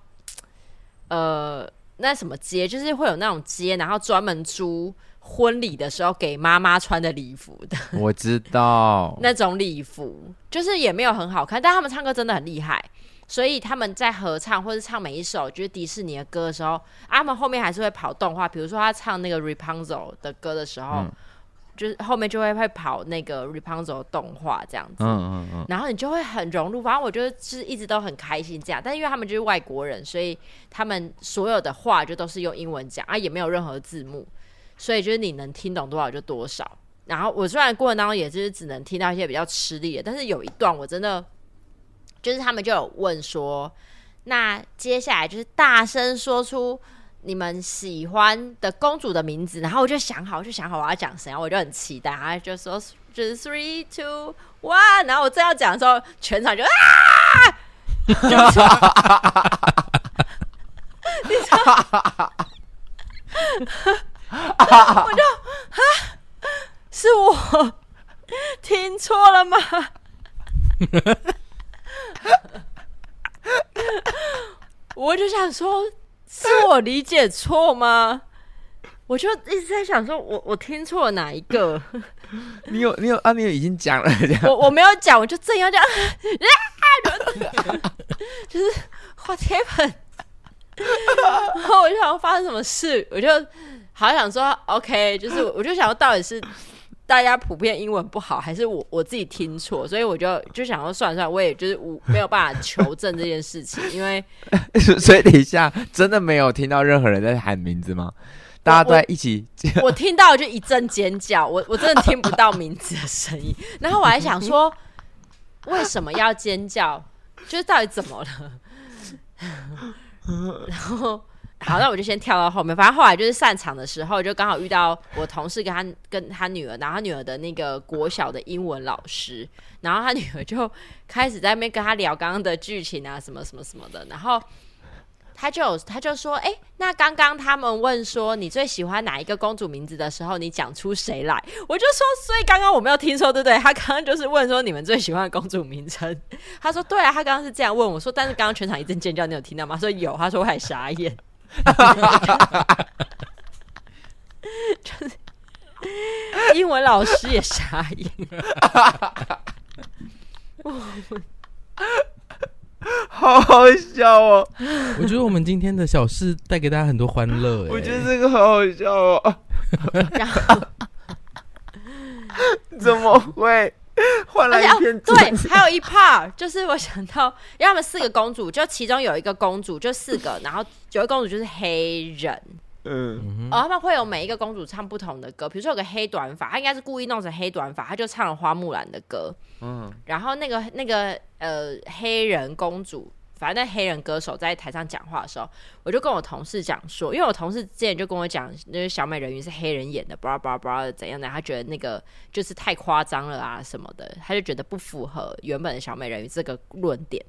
S3: 呃，那什么街，就是会有那种街，然后专门租婚礼的时候给妈妈穿的礼服 的。
S2: 我知道，
S3: 那种礼服，就是也没有很好看，但他们唱歌真的很厉害，所以他们在合唱或者唱每一首就是迪士尼的歌的时候，啊他们后面还是会跑动画，比如说他唱那个 Rapunzel 的歌的时候，
S2: 嗯
S3: 就是后面就会会跑那个 Rapunzel 的动画这样子。
S2: 嗯嗯嗯，
S3: 然后你就会很融入，反正我觉得就是一直都很开心这样。但因为他们就是外国人，所以他们所有的话哦就都是用英文讲啊，也没有任何字幕，所以就是你能听懂多少就多少。然后我虽然过程当中也就是只能听到一些比较吃力的，但是有一段我真的就是他们就有问说，那接下来就是大声说出你们喜欢的公主的名字，然后我就想好，我就想好我要讲谁，然后我就很期待，然后就说就是 three two one，然后我正要讲的时候，全场就啊，就说，啊你知道，我就啊，是我听错了吗？ 我就想说，是我理解错吗？我就一直在想说我，我听错了哪一个？
S2: 你有你有啊？你有已经讲了， 这样
S3: 我我没有讲，我就正要讲， 啊，就是画贴粉，然后我就想要发生什么事，我就好想说 OK，就是我就想要到底是大家普遍英文不好，还是我我自己听错，所以我就就想要算了算了，我也就是无没有办法求证这件事情，因为
S2: 所以等一下真的没有听到任何人在喊名字吗？大家都在一起，
S3: 我听到就一阵尖叫，我我真的听不到名字的声音。然后我还想说，为什么要尖叫？就是到底怎么了？然后好，那我就先跳到后面。反正后来就是散场的时候，就刚好遇到我同事跟他跟他女儿，然后他女儿的那个国小的英文老师，然后他女儿就开始在那边跟他聊刚刚的剧情啊，什么什么什么的，然后。他就有他就说，哎、那刚刚他们问说你最喜欢哪一个公主名字的时候，你讲出谁来？我就说，所以刚刚我没有听错，对不对？他刚刚就是问说你们最喜欢的公主名称。他说对啊，他刚刚是这样问我说，但是刚刚全场一阵尖叫，你有听到吗？他说有，他说我很傻眼，就是英文老师也傻眼。
S2: 好好笑哦！
S1: 我觉得我们今天的小事带给大家很多欢乐、哎
S2: 我觉得这个好好笑哦，
S3: 然后
S2: 怎么 会换来
S3: 而且
S2: 一
S3: 哦
S2: 片竹子
S3: 对，还有一 part 就是我想到，因为他们四个公主，就其中有一个公主就四个，然后有一个公主就是黑人，
S2: 嗯，
S1: 嗯
S3: 哦，他们会有每一个公主唱不同的歌，比如说有个黑短发，她应该是故意弄成黑短发，她就唱了花木兰的歌，
S2: 嗯
S3: 嗯，然后那个那个呃黑人公主。反正那黑人歌手在台上讲话的时候，我就跟我同事讲说，因为我同事之前就跟我讲，那个小美人鱼是黑人演的，巴拉巴拉巴拉的怎样的，他觉得那个就是太夸张了啊什么的，他就觉得不符合原本的小美人鱼这个论点。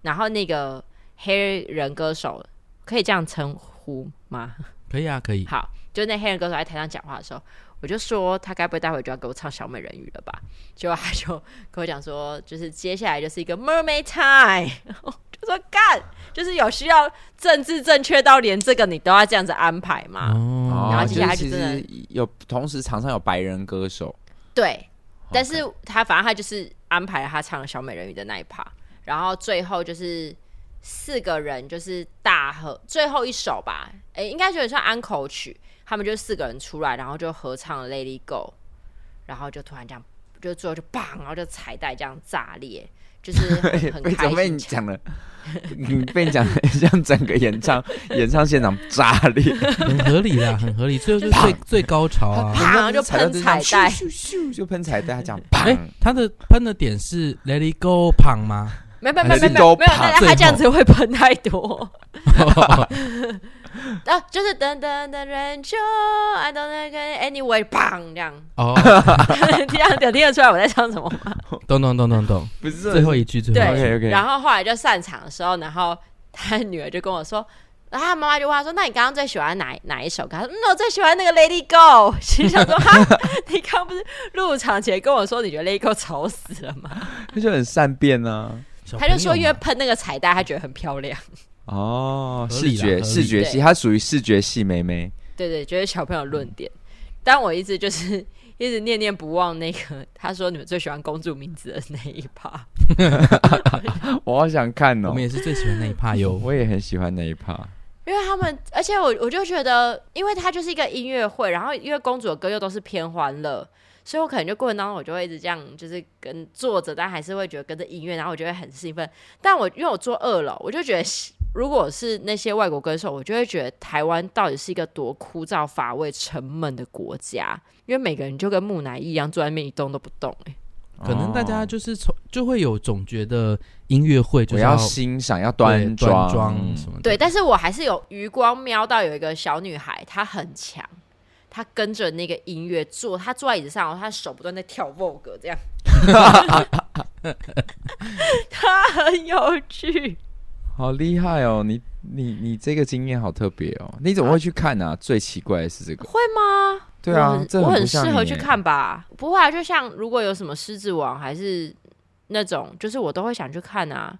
S3: 然后那个黑人歌手可以这样称呼吗？
S1: 可以啊，可以。
S3: 好，就那黑人歌手在台上讲话的时候，我就说他该不会待会就要给我唱小美人鱼了吧？结果他就跟我讲说，就是接下来就是一个 mermaid time，我 就说干，就是有需要政治正确到连这个你都要这样子安排吗？
S1: 哦，
S3: 啊然
S2: 哦，
S3: 后
S2: 就
S3: 接下
S2: 是
S3: 来就
S2: 其
S3: 真的
S2: 实有同时场上有白人歌手，
S3: 对，但是他反正他就是安排了他唱小美人鱼的那一趴，然后最后就是四个人就是大合最后一首吧，诶、应该有点算安口曲，他们就四个人出来，然后就合唱了《Let It Go》，然后就突然这样，就最后就砰，然后就彩带这样炸裂，就是 很很
S2: 被
S3: 开
S2: 怎
S3: 心
S2: 么被你讲了？你被你讲的 像整个演唱演唱现场炸裂，
S1: 很合理啦，很合理，最后就是最最高潮 啊！
S3: 啪然后就
S2: 踩到
S3: 喷
S2: 地
S3: 彩
S2: 上
S3: 带，
S2: 咻咻咻就喷彩带，他讲
S1: 哎、
S2: 砰，
S1: 他的喷的点是 Let It Go 胖吗？
S3: 没有没有没
S1: 还
S3: 有
S1: 是
S3: 没有没有，
S2: 都
S3: 大家
S1: 最
S3: 他这样
S1: 后
S3: 子会喷太多。
S1: 哦
S3: 啊，就是等等等人就 I don't know anyway，砰这样，
S1: 哦，
S3: 这样有 听得出来我在唱什么吗？
S1: 懂懂懂懂懂，
S2: 不是
S1: 最后一句，最后一句，
S2: OK OK，
S3: 然后后来就散场的时候，然后他女儿就跟我说。然后他妈妈就问他说：“那你刚刚最喜欢哪哪一首歌？”他说：“嗯，我最喜欢那个《Lady Go》。”心想说：“ 哈，你刚刚不是入场前跟我说你觉得《Lady Go》吵死了吗
S2: 他就很善变啊。？”
S1: 小
S3: 他就说：“
S1: 朋
S3: 因
S1: 友
S3: 为
S1: 嘛
S3: 喷那个彩带，他觉得很漂亮。
S2: 哦，
S1: 合
S2: 视
S1: 理啦合
S2: 觉
S1: 理
S2: 视觉系，
S3: 对
S2: 它属于视觉系妹妹。”
S3: 对对，觉得小朋友论点。但我一直就是一直念念不忘那个他说你们最喜欢公主名字的那一趴。
S2: 我好想看
S1: 我
S2: 哦
S1: 们，也是最喜欢那一趴哟。
S2: 我也很喜欢那一趴。
S3: 因为他们，而且我我就觉得，因为它就是一个音乐会，然后因为公主的歌又都是偏欢乐，所以我可能就过程当中我就会一直这样，就是跟坐着，但还是会觉得跟着音乐，然后我就会很兴奋。但我因为我坐二楼，我就觉得如果是那些外国歌手，我就会觉得台湾到底是一个多枯燥乏味、沉闷的国家，因为每个人就跟木乃伊一样坐在那边一动都不动、欸。
S1: 可能大家
S2: 哦
S1: 就是从就会有总觉得音乐会就
S2: 我
S1: 是
S2: 要
S1: 对
S2: 欣赏，要
S1: 端
S2: 端庄，嗯
S1: 什么的，
S3: 对，但是我还是有余光瞄到有一个小女孩，她很强，她跟着那个音乐坐，她坐在椅子上，然后她手不断在跳 Vogue 这样， 她很有趣。
S2: 好厉害哦！你你你这个经验好特别哦，你怎么会去看呢、啊？最奇怪的是这个，
S3: 会吗？
S2: 对啊
S3: 我很
S2: 这很
S3: 我
S2: 不
S3: 很适
S2: 像
S3: 合
S2: 你
S3: 去
S2: 耶
S3: 看吧。不会啊，就像如果有什么狮子王还是那种，就是我都会想去看啊。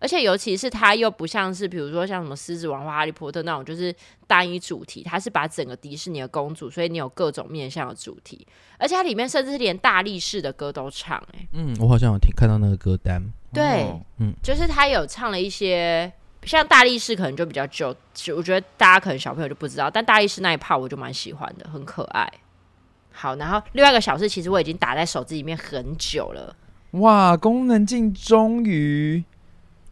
S3: 而且尤其是它又不像是比如说像什么狮子王或哈利波特那种，就是单一主题，它是把整个迪士尼的公主，所以你有各种面向的主题，而且它里面甚至是连大力士的歌都唱、欸，
S1: 嗯，我好像有听看到那个歌单，
S3: 对，
S2: 哦
S3: 就是他有唱了一些，像大力士可能就比较久，就我觉得大家可能小朋友就不知道，但大力士那一趴我就蛮喜欢的，很可爱。好，然后另外一个小事，其实我已经打在手机里面很久了，
S2: 哇，功能镜终于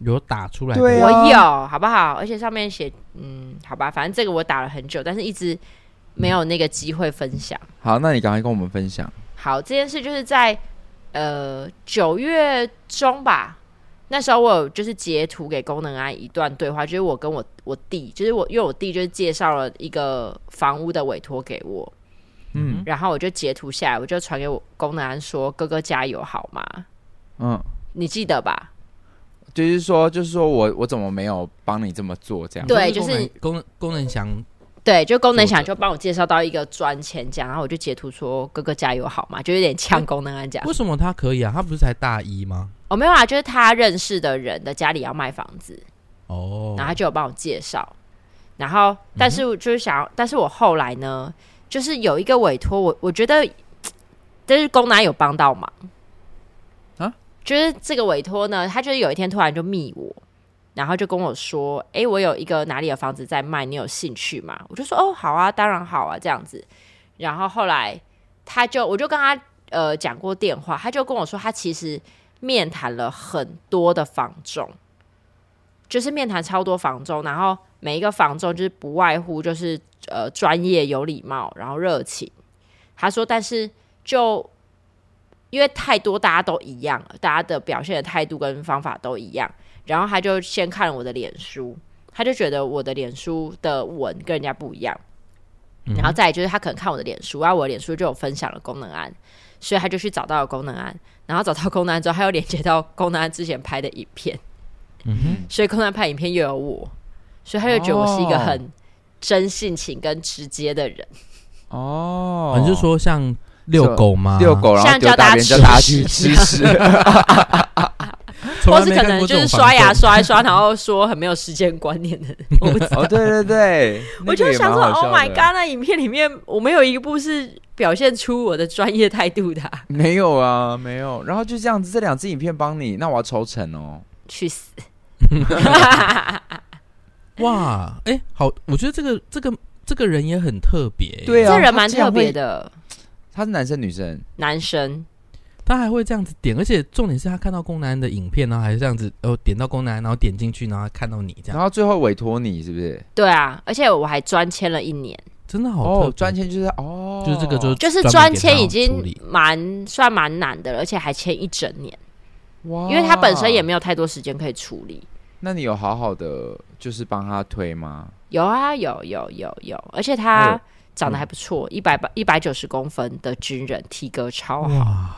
S1: 有打出来的，
S2: 对啊
S3: 我有，好不好？而且上面写，嗯，好吧，反正这个我打了很久，但是一直没有那个机会分享。
S2: 好，那你赶快跟我们分享。
S3: 好，这件事就是在呃九月中吧，那时候我有就是截图给功能安一段对话，就是我跟我我弟，就是我因为我弟就是介绍了一个房屋的委托给我，
S2: 嗯
S3: 然后我就截图下来，我就传给我功能安说：“哥哥加油好吗？
S2: 嗯，
S3: 你记得吧？
S2: 就是说，就是说我我怎么没有帮你这么做这样？
S1: 功
S3: 对就是
S1: 能功能功能祥，
S3: 对，就功能
S1: 作者
S3: 想就帮我介绍到一个专钱讲，然后我就截图说：哥哥加油好吗？就有点呛功能安讲。
S1: 为什么他可以啊？他不是才大一吗？
S3: 哦，没有啊，就是他认识的人的家里要卖房子，
S1: 哦
S3: 然，后他就有帮我介绍。然后，但是我就是想要，但是我后来呢，就是有一个委托，我我觉得，就是公男有帮到忙
S2: 啊。
S3: 就是这个委托呢，他就是有一天突然就密我，然后就跟我说：“诶，我有一个哪里的房子在卖，你有兴趣吗？”我就说：“哦，好啊，当然好啊，这样子。”然后后来他就我就跟他呃讲过电话，他就跟我说他其实面谈了很多的房仲，就是面谈超多房仲，然后每一个房仲就是不外乎就是呃专业、有礼貌，然后热情。他说，但是就因为太多大家都一样了，大家的表现的态度跟方法都一样，然后他就先看了我的脸书，他就觉得我的脸书的文跟人家不一样。然后再来就是他可能看我的脸书，然后我的脸书就有分享了功能案，所以他就去找到了功能案，然后找到功能案之后，他又连接到功能案之前拍的影片，
S1: 嗯
S3: 所以空难派影片又有我，所以他就觉得我是一个
S2: 哦
S3: 很真性情跟直接的人。
S2: 哦
S1: 哼，反正就说像遛狗吗？
S2: 遛，狗，然后
S3: 像
S2: 丢
S3: 教大
S2: 大
S3: 家
S2: 便，
S3: 吃
S2: 叫大家去吃 屎。
S1: 从
S3: 或
S1: 来
S3: 是
S1: 没
S3: 可
S1: 看
S3: 能
S1: 过
S3: 就
S1: 这
S3: 是
S1: 种
S3: 刷
S1: 房
S3: 牙
S1: 东。
S3: 刷一刷， 然后说很没有时间观念 的人，我不知
S2: 哦，对对 对，
S3: 我
S2: 那个
S3: 就
S2: 也
S3: 想
S2: 蛮
S3: 说
S2: 好笑
S3: ，Oh my
S2: 的
S3: god！那影片里面我没有一部是表现出我的专业态度的啊、
S2: 没有啊，没有。然后就这样子，这两支影片帮你，那我要抽成哦。
S3: 去死！
S1: 哇，哎、好，我觉得这个这个这个人也很特别，欸
S2: 对啊
S3: 这人蛮
S2: 他这样
S3: 特别
S2: 会
S3: 的，
S2: 他是男生女生？
S3: 男生
S1: 他还会这样子点，而且重点是他看到宫南的影片，然后还是这样子，哦，点到宫南，然后点进去，然后看到你这
S2: 然
S1: 样，
S2: 后最后委托你是不是？
S3: 对啊，而且我还专签了一年，
S1: 真的好特
S2: 哦
S1: 别，
S2: 专签就是哦，
S1: 就是这个就是
S3: 就是
S1: 专
S3: 专
S1: 门给
S3: 签
S1: 他
S3: 已
S1: 处
S3: 经
S1: 理
S3: 蛮算蛮难的了，而且还签一整年，
S2: 哇，
S3: 因为他本
S2: 哦
S3: 身也没有太多时间可以处理。
S2: 那你有好好的就是帮他推吗？
S3: 有啊，有有有有，而且他
S1: 嗯
S2: 哦
S3: 长得还不错，一百八一百九十公分的军人，体格超好。
S1: 哇，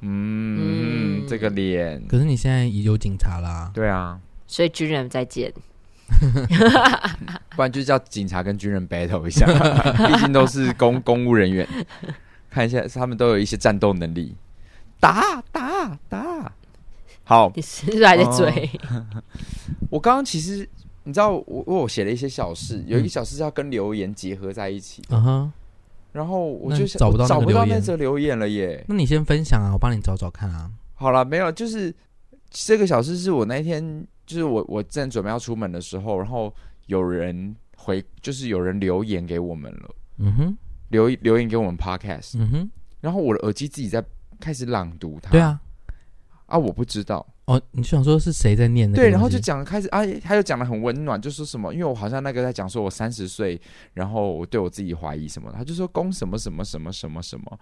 S2: 嗯，
S3: 嗯
S2: 这个脸，
S1: 可是你现在有警察啦，
S2: 对啊，
S3: 所以军人再见，
S2: 不然就叫警察跟军人 battle 一 下，毕竟都是公公务人员，看一下他们都有一些战斗能力，打打打。好，
S3: 你是不是还在追？
S2: 我刚刚其实你知道我，我我有写了一些小事，有一个小事是要跟留言结合在一起，
S1: 嗯哼，
S2: 然后我
S1: 那
S2: 就
S1: 你
S2: 想
S1: 找不到
S2: 我找
S1: 那个
S2: 不到
S1: 留言
S2: 那则留言了耶。
S1: 那你先分享啊，我帮你找找看啊，
S2: 好了，没有，就是这个小事是我那一天，就是我我正准备要出门的时候，然后有人回，就是有人留言给我们了，
S1: 嗯哼，
S2: 留留言给我们 podcast，、
S1: 嗯哼，
S2: 然后我的耳机自己在开始朗读它，
S1: 对啊，
S2: 啊，我不知道，
S1: 哦，你想说是谁在念那个东
S2: 对，
S1: 西？
S2: 然后就讲开始啊，他又讲的很温暖，就说什么，因为我好像那个在讲说我三十岁，然后我对我自己怀疑什么的，他就说攻什么什么什么什么什么，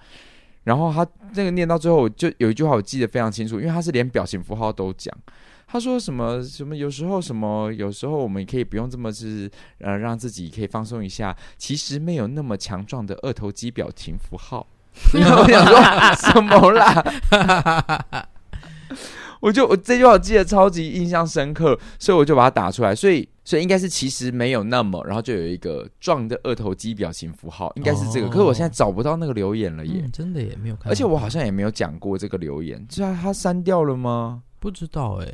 S2: 然后他那个念到最后，我就有一句话我记得非常清楚，因为他是连表情符号都讲。他说什么什么？有时候什么？有时候我们可以不用这么是呃，让自己可以放松一下。其实没有那么强壮的二头肌表情符号。然
S1: 哦
S2: 后我想说什么啦？ 我就我这句话我记得超级印象深刻，所以我就把它打出来。所以所以应该是其实没有那么，然后就有一个壮的二头肌表情符号，应该是这个。
S1: 哦
S2: 可是我现在找不到那个留言了耶，
S1: 嗯，真的也没有看到，
S2: 而且我好像也没有讲过这个留言，是啊，他删掉了吗？
S1: 不知道哎、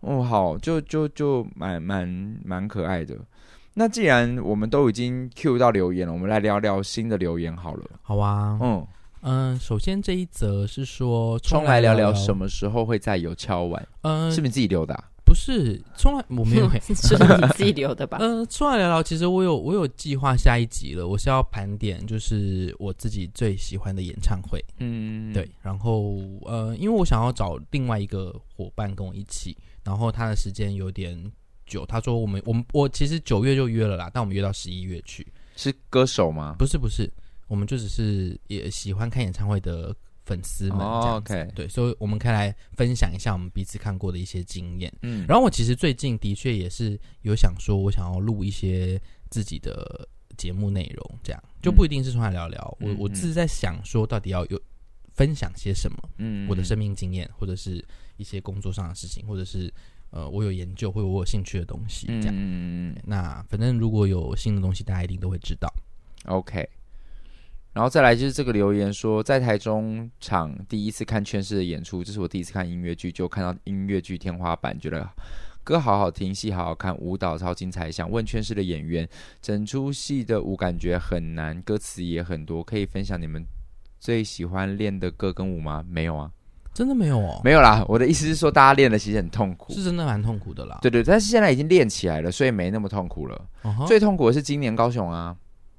S2: 哦，好，就就就蛮蛮蛮可爱的。那既然我们都已经 Q 到留言了，我们来聊聊新的留言好了。
S1: 好啊，
S2: 嗯，
S1: 嗯，首先这一则是说
S2: 冲来聊聊什
S1: 么？
S2: 么时候会再有敲碗？
S1: 嗯，
S2: 是不是你自己留的啊、
S1: 不是冲来我没 有欸
S3: 是你自己留 的吧？
S1: 嗯，出来聊聊，其实我有我有计划下一集了，我是要盘点就是我自己最喜欢的演唱会，
S2: 嗯，
S1: 对，，然后呃，因为我想要找另外一个伙伴跟我一起，然后他的时间有点久，他说我们我们我其实九月就约了啦，但我们约到十一月去，
S2: 是歌手吗？
S1: 不是不是，我们就只是也喜欢看演唱会的粉丝们这
S2: 哦
S1: 样子，
S2: ，OK，
S1: 对，所以我们可以来分享一下我们彼此看过的一些经验。
S2: 嗯，
S1: 然后我其实最近的确也是有想说，我想要录一些自己的节目内容，这样就不一定是出来聊聊。
S2: 嗯
S1: 我我
S2: 嗯
S1: 自己在想说，到底要有分享些什么，
S2: 嗯
S1: 我的生
S2: 命，
S1: 命经验，或者是一些工作上的事情，或者是呃我有研究或者我有兴趣的东西，
S2: 嗯
S1: 这样。
S2: 嗯嗯
S1: 那反正如果有新的东西，大家一定都会知道。
S2: ，OK。然后再来就是这个留言说，在台中场第一次看圈式的演出，这是我第一次看音乐剧，就看到音乐剧天花板，觉得歌好好听，戏好好看，舞蹈超精彩。想问圈式的演员，整出戏的舞感觉很难，歌词也很多，可以分享你们最喜欢练的歌跟舞吗？没有啊，
S1: 真的没有哦，
S2: 没有啦。我的意思是说，大家练的其实很痛苦，
S1: 是真的蛮痛苦的啦。
S2: 对对，但是现在已经练起来了，所以没那么痛苦了。
S1: 嗯哼，
S2: 最痛苦的是今年高雄啊，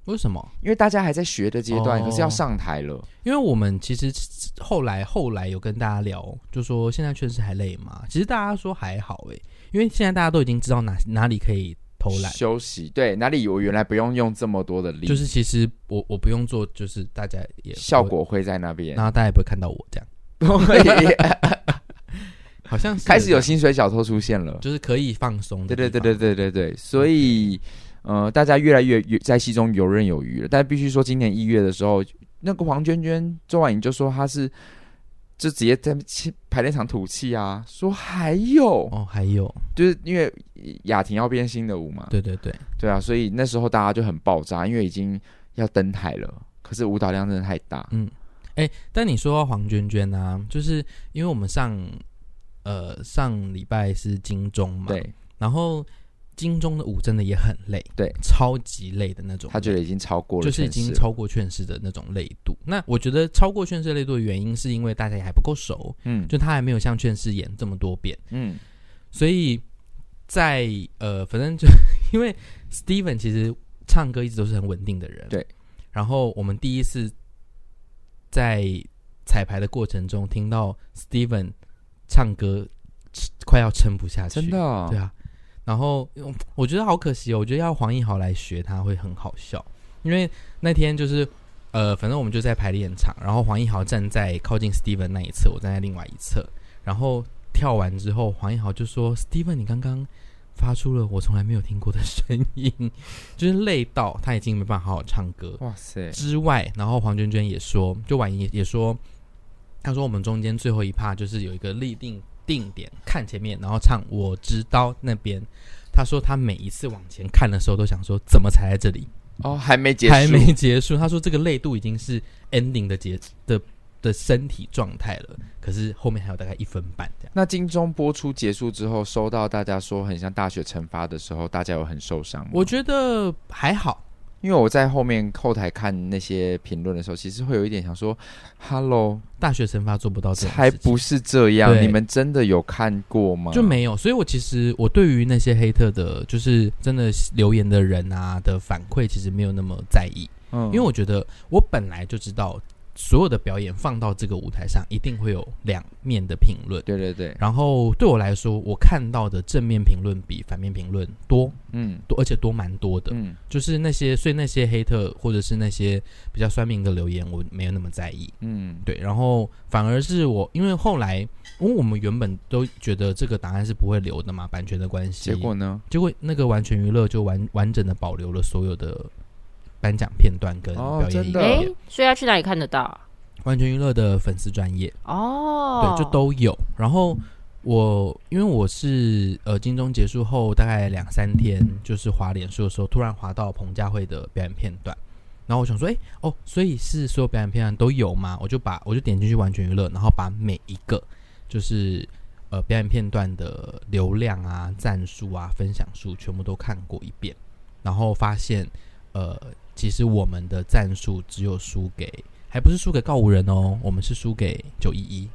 S1: 为什么？
S2: 因为大家还在学的阶段，
S1: 哦
S2: 可是要上台了。
S1: 因为我们其实后来后来有跟大家聊，就说现在确实还累嘛。其实大家说还好诶，因为现在大家都已经知道哪哪里可以偷懒，
S2: 休息，对，哪里我原来不用用这么多的力，
S1: 就是其实我我不用做，就是大家也不会
S2: 效，果会在那边
S1: 然。后大家也不会看到我这样，好像是
S2: 开始有薪水小偷出现了。
S1: 就是可以放松的
S2: 对
S1: 地
S2: 对
S1: 方，
S2: 对对对对对，所以呃，大家越来越越在戏中游刃有余了。但必须说，今年一月的时候，那个黄娟娟周婉莹就说她是就直接在排练场吐气啊，说还有，
S1: 哦，还有
S2: 就是因为雅婷要变新的舞嘛，
S1: 对对对，
S2: 对啊，所以那时候大家就很爆炸，因为已经要登台了，可是舞蹈量真的太大。
S1: 嗯但你说到黄娟娟啊，就是因为我们上呃上礼拜是金钟嘛，，
S2: 对
S1: 然后金钟的舞真的也很累，
S2: 对
S1: 超级累的那种累，
S2: 他觉得已经超过了
S1: 就
S2: 城
S1: 是
S2: 市
S1: 已
S2: 了，
S1: 经超过劝世的那种累度。那我觉得超过劝世累度的原因，是因为大家也还不够熟，
S2: 嗯
S1: 就他还没有像劝世演这么多遍，
S2: 嗯
S1: 所以在呃，反正就 因为 Steven 其实唱歌一直都是很稳定的人，
S2: 对。
S1: 然后我们第一次在彩排的过程中听到 Steven 唱歌，快要撑不下去，
S2: 真的、哦
S1: 对啊，然后嗯我觉得好可惜哦，我觉得要黄义豪来学他会很好笑，因为那天就是呃，反正我们就在排练场，然后黄义豪站在靠近 Steven 那一侧，我站在另外一侧，然后跳完之后，黄义豪就说：“Steven，你刚刚发出了我从来没有听过的声音，就是累到他已经没办法好好唱歌。”
S2: 哇塞，
S1: 之外，然后黄娟娟也说，就婉莹也也说，她说我们中间最后一趴就是有一个立定定点看前面，然后唱我知道那边。她说她每一次往前看的时候都想说怎么才在这里，
S2: 哦，还没结束，
S1: 还没结束。她说这个累度已经是 ending 的结的的身体状态了，可是后面还有大概一分半这样。
S2: 那金钟播出结束之后，收到大家说很像大学惩罚的时候，大家有很受伤吗？
S1: 我觉得还好，
S2: 因为我在后面后台看那些评论的时候，其实会有一点想说，Hello，
S1: 大学生发做不到哦这种
S2: 才
S1: 事情
S2: 不是这样，
S1: 对
S2: 你们真的有看过吗？
S1: 就没有，所以我其实我对于那些黑特的，就是真的留言的人啊的反馈，其实没有那么在意，
S2: 嗯，
S1: 因为我觉得我本来就知道，所有的表演放到这个舞台上，一定会有两面的评论。
S2: 对对对，
S1: 然后对我来说，我看到的正面评论比反面评论多
S2: 嗯
S1: 多，而且多蛮多的。
S2: 嗯
S1: 就是那些，所以那些黑特或者是那些比较酸民的留言，我没有那么在意。
S2: 嗯，
S1: 对，然后反而是我，因为后来，因为我们原本都觉得这个答案是不会留的嘛，版权的关系。
S2: 结果呢？
S1: 结果那个完全娱乐就完完整的保留了所有的颁奖片段跟
S2: 哦
S1: 表演影
S2: 真的
S1: 片。
S3: 哎、所以要去哪里看得到啊？
S1: 完全娱乐的粉丝专业，
S3: 哦，
S1: 对，就都有。然后我因为我是呃金钟结束后大概两三天，就是滑脸书的时候，突然滑到彭佳慧的表演片段。然后我想说，哎、哦，所以是所有表演片段都有吗？我就把我就点进去完全娱乐，然后把每一个就是呃表演片段的流量啊、赞数啊、分享数全部都看过一遍，然后发现呃，其实我们的赞数只有输给，还不是输给告五人哦，我们是输给九一一，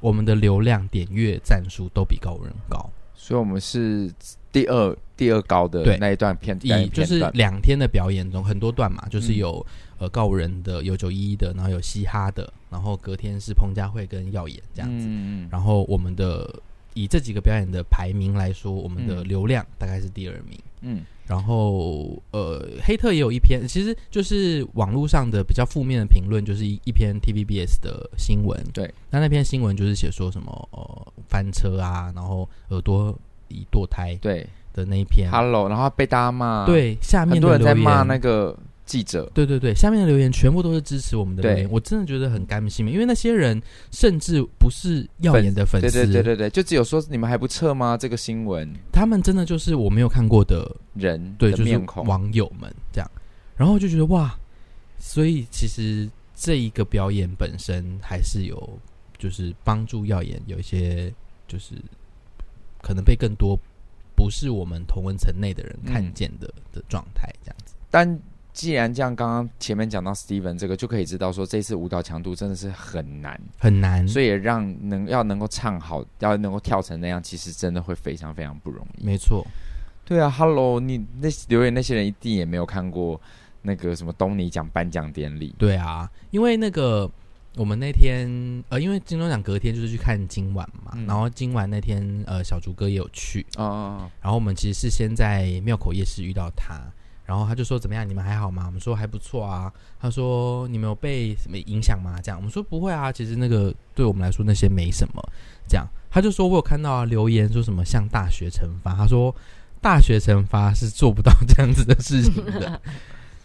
S1: 我们的流量、点阅、赞数都比告五人高。
S2: 所以我们是第二第二高的
S1: 对
S2: 那一段片，单
S1: 以
S2: 一
S1: 就
S2: 片
S1: 是
S2: 段
S1: 两天的表演中，很多段嘛，就是
S2: 嗯
S1: 有、呃告五人的，有九一一的，然后有嘻哈的，然后隔天是彭佳慧跟耀眼这样子。
S2: 嗯嗯
S1: 然后我们的以这几个表演的排名来说，我们的
S2: 嗯
S1: 流量大概是第二名。
S2: 嗯，
S1: 然后呃，黑特也有一篇，其实就是网络上的比较负面的评论，就是一一篇 TVBS 的新闻。
S2: 对，
S1: 那那篇新闻就是写说什么呃翻车啊，然后耳朵已堕胎
S2: 对
S1: 的那一篇。
S2: ，Hello，然后被大家骂，，
S1: 对，下面
S2: 很
S1: 的
S2: 多人
S1: 留
S2: 在
S1: 言
S2: 骂那个记者，
S1: 对对对，下面的留言全部都是支持我们的留言，
S2: 对
S1: 我真的觉得很甘心，因为那些人甚至不是耀眼的粉
S2: 对
S1: 丝，
S2: 对对对对，就只有说你们还不撤吗？这个新闻
S1: 他们真的就是我没有看过的，
S2: 人
S1: 对，
S2: 的
S1: 就是
S2: 面孔，
S1: 网友们这样，然后我就觉得哇，所以其实这一个表演本身还是有，就是帮助耀眼有一些，就是可能被更多不是我们同文层内的人看
S2: 嗯
S1: 见的、的状态这样子，
S2: 但既然这样，刚刚前面讲到 Steven 这个，就可以知道说这次舞蹈强度真的是很难，
S1: 很难，
S2: 所以也让能要能够唱好，要能够跳成那样，其实真的会非常非常不容易。
S1: 没错，
S2: 对啊，Hello，你那留言那些人一定也没有看过那个什么东尼奖颁奖典礼，
S1: 对啊，因为那个我们那天呃，因为金钟奖隔天就是去看今晚嘛，
S2: 嗯
S1: 然后今晚那天呃小竹哥也有去，
S2: 哦，
S1: 然后我们其实是先在庙口夜市遇到他，然后他就说怎么样，你们还好吗？我们说还不错啊。他说你们有被什么影响吗？这样我们说不会啊，其实那个对我们来说那些没什么。这样他就说我有看到、啊、留言说什么向大学惩罚，他说大学惩罚是做不到这样子的事情的。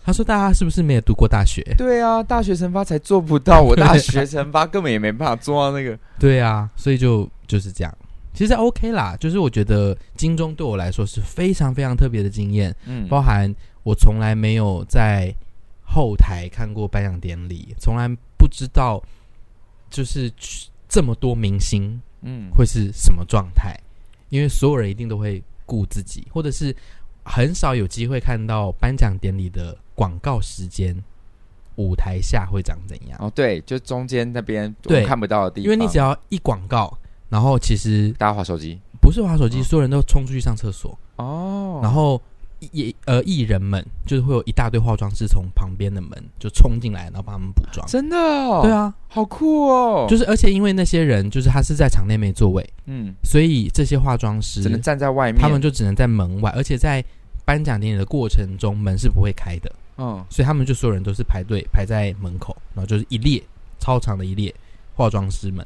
S1: 他说大家是不是没有读过大学？
S2: 对啊，大学惩罚才做不到，我大学惩罚根本也没办法做到那 个。
S1: 对啊，所以就就是这样。其实 OK 啦，就是我觉得金钟对我来说是非常非常特别的经验，
S2: 嗯，
S1: 包含我从来没有在后台看过颁奖典礼，从来不知道就是去这么多明星
S2: 嗯，
S1: 会是什么状态，因为所有人一定都会顾自己，或者是很少有机会看到颁奖典礼的广告时间，舞台下会长怎样。
S2: 哦对，就中间那边我
S1: 对
S2: 看不到的地方，
S1: 因为你只要一广告，然后其实
S2: 大家划手机
S1: 不是滑手机，
S2: 嗯
S1: 所有人都冲出去上厕所，
S2: 哦
S1: 然后也呃艺人们就是会有一大堆化妆师从旁边的门就冲进来，然后帮他们补妆。
S2: 真的、哦，
S1: 对，啊，
S2: 好酷哦，
S1: 就是而且因为那些人就是他是在场内没座位，
S2: 嗯，
S1: 所以这些化妆师
S2: 只能站在外面，
S1: 他们就只能在门外，而且在颁奖典礼的过程中门是不会开的，
S2: 嗯
S1: 所以他们就所有人都是排队排在门口，然后就是一列超长的一列化妆师们，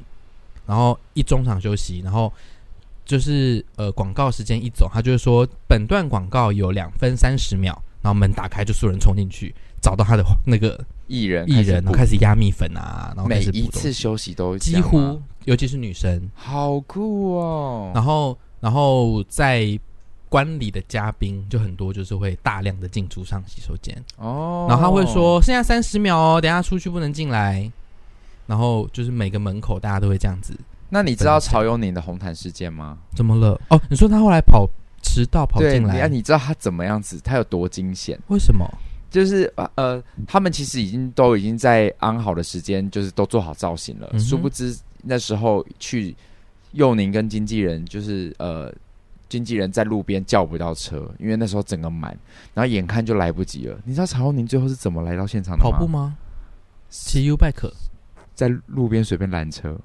S1: 然后一中场休息，然后就是呃广告时间一走，他就会说本段广告有两分三十秒，然后门打开就所有人冲进去找到他的那个
S2: 艺人
S1: 艺人，然
S2: 开
S1: 后开
S2: 始
S1: 始压蜜粉啊，然
S2: 补
S1: 后开
S2: 每
S1: 始补
S2: 一
S1: 东
S2: 次
S1: 西
S2: 休息都这
S1: 几
S2: 样吗
S1: 乎尤其是女生，
S2: 好酷哦，
S1: 然后然后在。观礼的嘉宾就很多，就是会大量的进出上洗手间，
S2: 哦，
S1: 然后他会说剩下三十秒哦，等一下出去不能进来。然后就是每个门口大家都会这样子，
S2: 那你知道曹永宁的红毯事件吗？
S1: 怎么了？哦，你说他后来跑迟到跑
S2: 对，
S1: 进
S2: 你啊
S1: 来，
S2: 你知道他怎么样子，他有多惊险？
S1: 为什么？
S2: 就是呃呃，他们其实已经都已经在安好的时间，就是都做好造型了。
S1: 嗯哼
S2: 殊不知那时候去佑宁跟经纪人，就是呃经纪人在路边叫不到车，因为那时候整个满，然后眼看就来不及了。你知道曹佑宁最后是怎么来到现场的
S1: 跑
S2: 吗？
S1: 步吗？骑 U bike？
S2: 在路边随便拦车。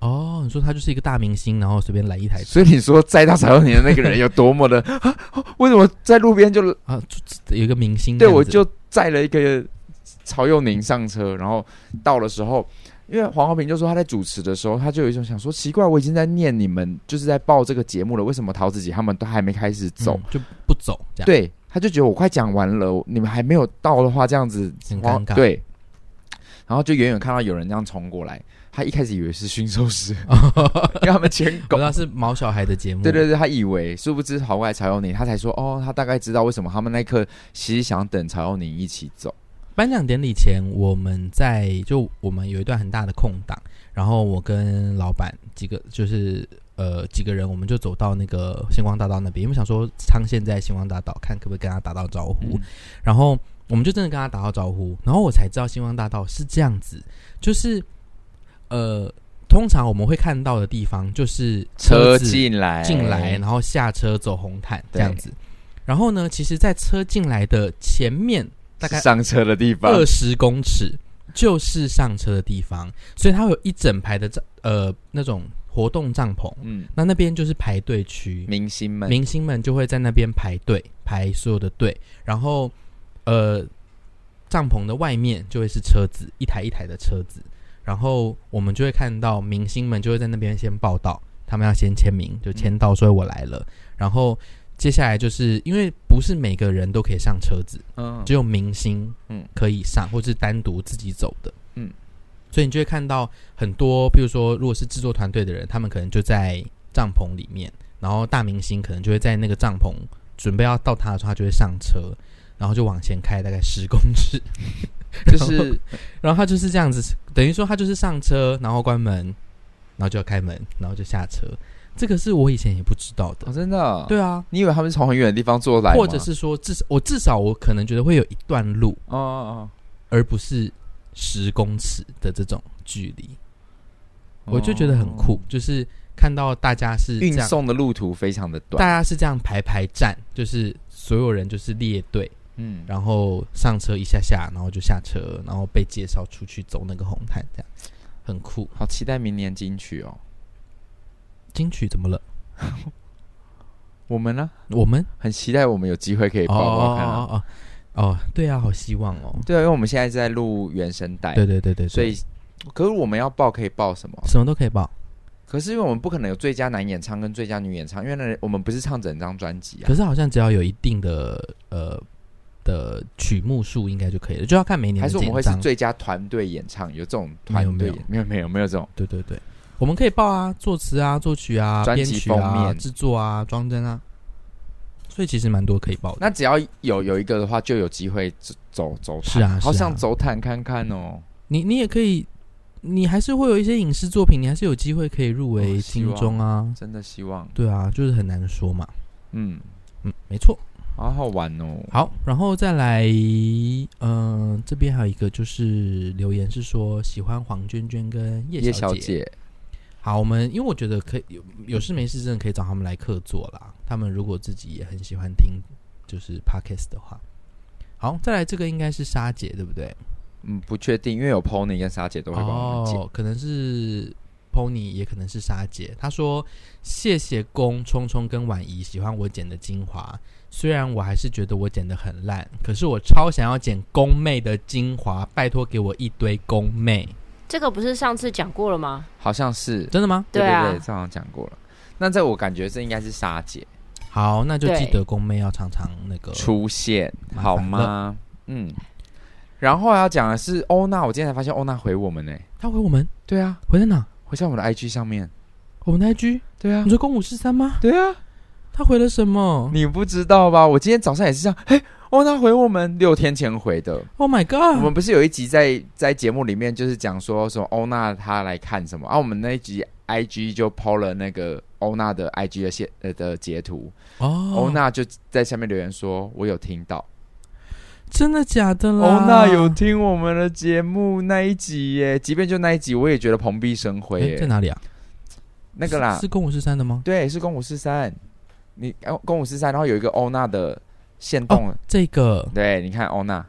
S1: 哦，你说他就是一个大明星，然后随便来一台
S2: 所以你说载到曹佑宁的那个人有多么的 啊？为什么在路边就
S1: 啊，就就有一个明星这
S2: 对，
S1: 样子。
S2: 我就载了一个曹佑宁上车，然后到的时候，因为黄浩平就说他在主持的时候，他就有一种想说，奇怪，我已经在念你们，就是在报这个节目了，为什么陶子姐他们都还没开始走？
S1: 嗯就不走这样，，
S2: 对，他就觉得我快讲完了，你们还没有到的话，这样子
S1: 很
S2: 黄
S1: 尴尬。，
S2: 对。然后就远远看到有人这样冲过来，他一开始以为是驯兽师， 因为他们牵
S1: 不
S2: 狗
S1: 知，道是毛小孩的节目，
S2: 对对对，他以为，殊不知跑过来曹佑宁，他才说哦，他大概知道为什么他们那一刻其实想等曹佑宁一起走。
S1: 颁奖典礼前，我们在就我们有一段很大的空档，然后我跟老板几个就是呃几个人，我们就走到那个星光大道那边，因为想说昌现在星光大道，看可不可以跟他打到招呼。
S2: 嗯
S1: 然后我们就真的跟他打到招呼，然后我才知道星光大道是这样子，就是呃，通常我们会看到的地方就是
S2: 车
S1: 子
S2: 进来
S1: 进来，然后下车走红毯这
S2: 对
S1: 样子。然后呢，其实，在车进来的前面大概
S2: 上车的地方，
S1: 二十公尺就是上车的地方，所以它会有一整排的帐呃那种活动帐篷，
S2: 嗯，
S1: 那那边就是排队区，
S2: 明星们，
S1: 明星们就会在那边排队排所有的队，然后呃帐篷的外面就会是车子，一台一台的车子，然后我们就会看到明星们就会在那边先报道，他们要先签名，就
S2: 嗯
S1: 签到说我来了，然后接下来就是因为不是每个人都可以上车子，
S2: 嗯
S1: 只有明星
S2: 嗯
S1: 可以上，或是单独自己走的，
S2: 嗯，
S1: 所以你就会看到很多，比如说如果是制作团队的人，他们可能就在帐篷里面，然后大明星可能就会在那个帐篷准备要到他的时候，他就会上车，然后就往前开大概十公尺，
S2: 就是
S1: 然后他就是这样子，等于说他就是上车，然后关门，然后就要开门，然后就下车，这个是我以前也不知道的
S2: 哦，，真的哦，
S1: 对啊，
S2: 你以为他们是从很远的地方坐来吗，
S1: 或者是说至少我至少我可能觉得会有一段路。
S2: 哦哦，
S1: 而不是十公尺的这种距离，
S2: 哦
S1: 我就觉得很酷。。就是看到大家是这
S2: 运
S1: 样，
S2: 送的路途非常的
S1: 大
S2: 短，
S1: 家是这样排排站，就是所有人就是列队，
S2: 嗯，
S1: 然后上车一下下，然后就下车，然后被介绍出去走那个红毯，这样很酷。
S2: 好期待明年金曲哦。
S1: 金曲怎么了？
S2: 我们呢，
S1: 我们
S2: 很期待我们有机会可以
S1: 哦
S2: 报报看啊。
S1: 哦哦哦，对啊，好希望哦。
S2: 对啊，因为我们现在在录原声带，
S1: 对对对对，对
S2: 哎所以可是我们要报可以报什么？
S1: 什么都可以报。
S2: 可是因为我们不可能有最佳男演唱跟最佳女演唱，因为那我们不是唱整张专辑啊
S1: 可。是好像只要有一定的呃的曲目数，应该就可以了，就要看每年
S2: 还
S1: 的
S2: 是我们会
S1: 简
S2: 是
S1: 章
S2: 最佳团队演唱，有这种团队演没有没有没有这种
S1: 对对对，我们可以报啊，作词啊，作曲啊，
S2: 专辑
S1: 编曲
S2: 封
S1: 啊，
S2: 面
S1: 制作啊，装帧啊，所以其实蛮多可以报的。
S2: 那只要有有一个的话，就有机会走走走
S1: 是啊
S2: 毯，好
S1: 是啊
S2: 想走毯看看哦。
S1: 你你也可以，你还是会有一些影视作品，你还是有机会可以入围
S2: 哦希
S1: 金
S2: 望
S1: 钟啊。
S2: 真的希望，
S1: 对啊，就是很难说嘛。
S2: 嗯，
S1: 嗯，没错。
S2: 好好玩哦。
S1: 好，然后再来，嗯、这边还有一个就是留言是说喜欢黄娟娟跟
S2: 叶
S1: 叶
S2: 小
S1: 姐。
S2: 姐，
S1: 好，我们因为我觉得可以有有事没事真的可以找他们来客座啦。他们如果自己也很喜欢听就是 podcast 的话，好，再来这个应该是沙姐对不对？
S2: 嗯，不确定，因为有 Pony 跟莎姐都会帮我们剪。
S1: 哦，可能是 Pony，也可能是沙姐。她说谢谢公聪聪跟婉仪喜欢我剪的精华，虽然我还是觉得我剪的很烂，可是我超想要剪公妹的精华，拜托给我一堆公妹，
S3: 这个不是上次讲过了吗？
S2: 好像是，
S1: 真的吗？
S2: 对
S3: 啊，
S2: 对，这好像讲过了。那在我感觉这应该是莎姐
S1: 好，那就记
S3: 对
S1: 得公妹要常常那个
S2: 出现，
S1: 呃麻烦
S2: 好吗？嗯。然后要讲的是欧娜，我今天才发现欧娜回我们呢、
S1: 她回我们
S2: 对啊，
S1: 回在哪？
S2: 回在我们的 IG 上面。
S1: 我们的 IG，
S2: 对啊
S1: 你，说公五四三吗？
S2: 对啊，
S1: 他回了什么
S2: 哦你不知道吧？我今天早上也是这样，哎，欧娜回我们六天前回的。
S1: ？Oh my
S2: 我们
S1: god！
S2: 不是有一集在在节目里面就是讲说什么欧娜她来看什么啊？我们那一集 IG 就抛了那个欧娜的 IG 的线呃的截图，
S1: 哦
S2: 欧娜就在下面留言说：“我有听到，
S1: 真的假的啦？
S2: 欧娜哦有听我们的节目那一集耶，即便就那一集，我也觉得蓬荜生辉
S1: 诶在
S2: 耶。
S1: 哪里啊？
S2: 那个啦
S1: 是，是公五四三的吗？
S2: 对，是公五四三，你呃公五四三，然后有一个欧娜的线动，
S1: 这个
S2: 对，你看欧娜，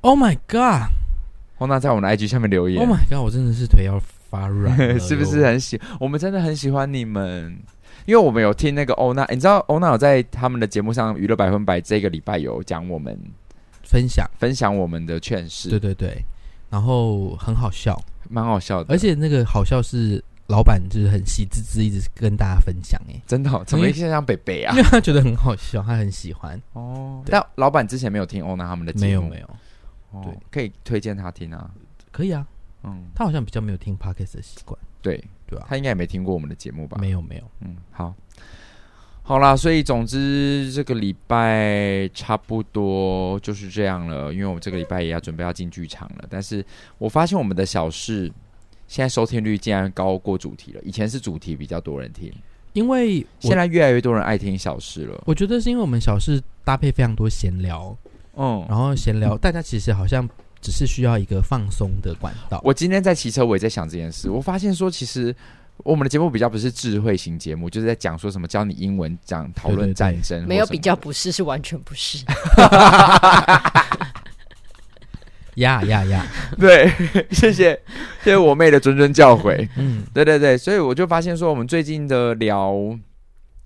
S1: ，Oh my god！Oh
S2: 欧娜哦在我们的 IG 下面留言
S1: Oh my god！我真的是腿要发软了，
S2: 是不是很喜？我们真的很喜欢你们，因为我们有听那个欧娜，你知道欧娜有在他们的节目上《娱乐百分百》这个礼拜有讲我们
S1: 分享？
S2: 分享我们的劝
S1: 对
S2: 世，
S1: 对对，然后很好笑，
S2: 蛮好笑的，
S1: 而且那个好笑是老板就是很喜滋滋，一直跟大家分享，哎，
S2: 真的哦、怎
S1: 因
S2: 么
S1: 为
S2: 现像北北啊
S1: 因？为他觉得很好笑，他很喜 欢。
S2: 哦，但老板之前没有听欧娜他们的节
S1: 没有
S2: 目，
S1: 没有，
S2: 哦
S1: 对
S2: 可以推荐他听啊。
S1: 可以啊，
S2: 嗯，
S1: 他好像比较没有听 podcast 的习惯，
S2: 对
S1: 对啊，
S2: 他应该也没听过我们的节目吧？
S1: 没有没有。
S2: 嗯，好。好啦，所以总之这个礼拜差不多就是这样了，因为我们这个礼拜也要准备要进剧场了。但是我发现我们的小事现在收听率竟然高过主题了，以前是主题比较多人听，
S1: 因为我
S2: 现在越来越多人爱听小事了。
S1: 我觉得是因为我们小事搭配非常多闲聊，
S2: 嗯，
S1: 然后闲聊大家其实好像只是需要一个放松的管道。
S2: 我今天在骑车，我也在想这件事，我发现说其实。我们的节目比较不是智慧型节目，就是在讲说什么教你英文，讲讨
S1: 对对
S2: 论
S1: 对
S2: 战争或什么的，
S3: 没有比较不是，是完全不是。
S1: 呀呀呀！
S2: 对， 谢谢，谢谢我妹的谆谆教诲。
S1: 嗯，
S2: 对对对，所以我就发现说，我们最近的聊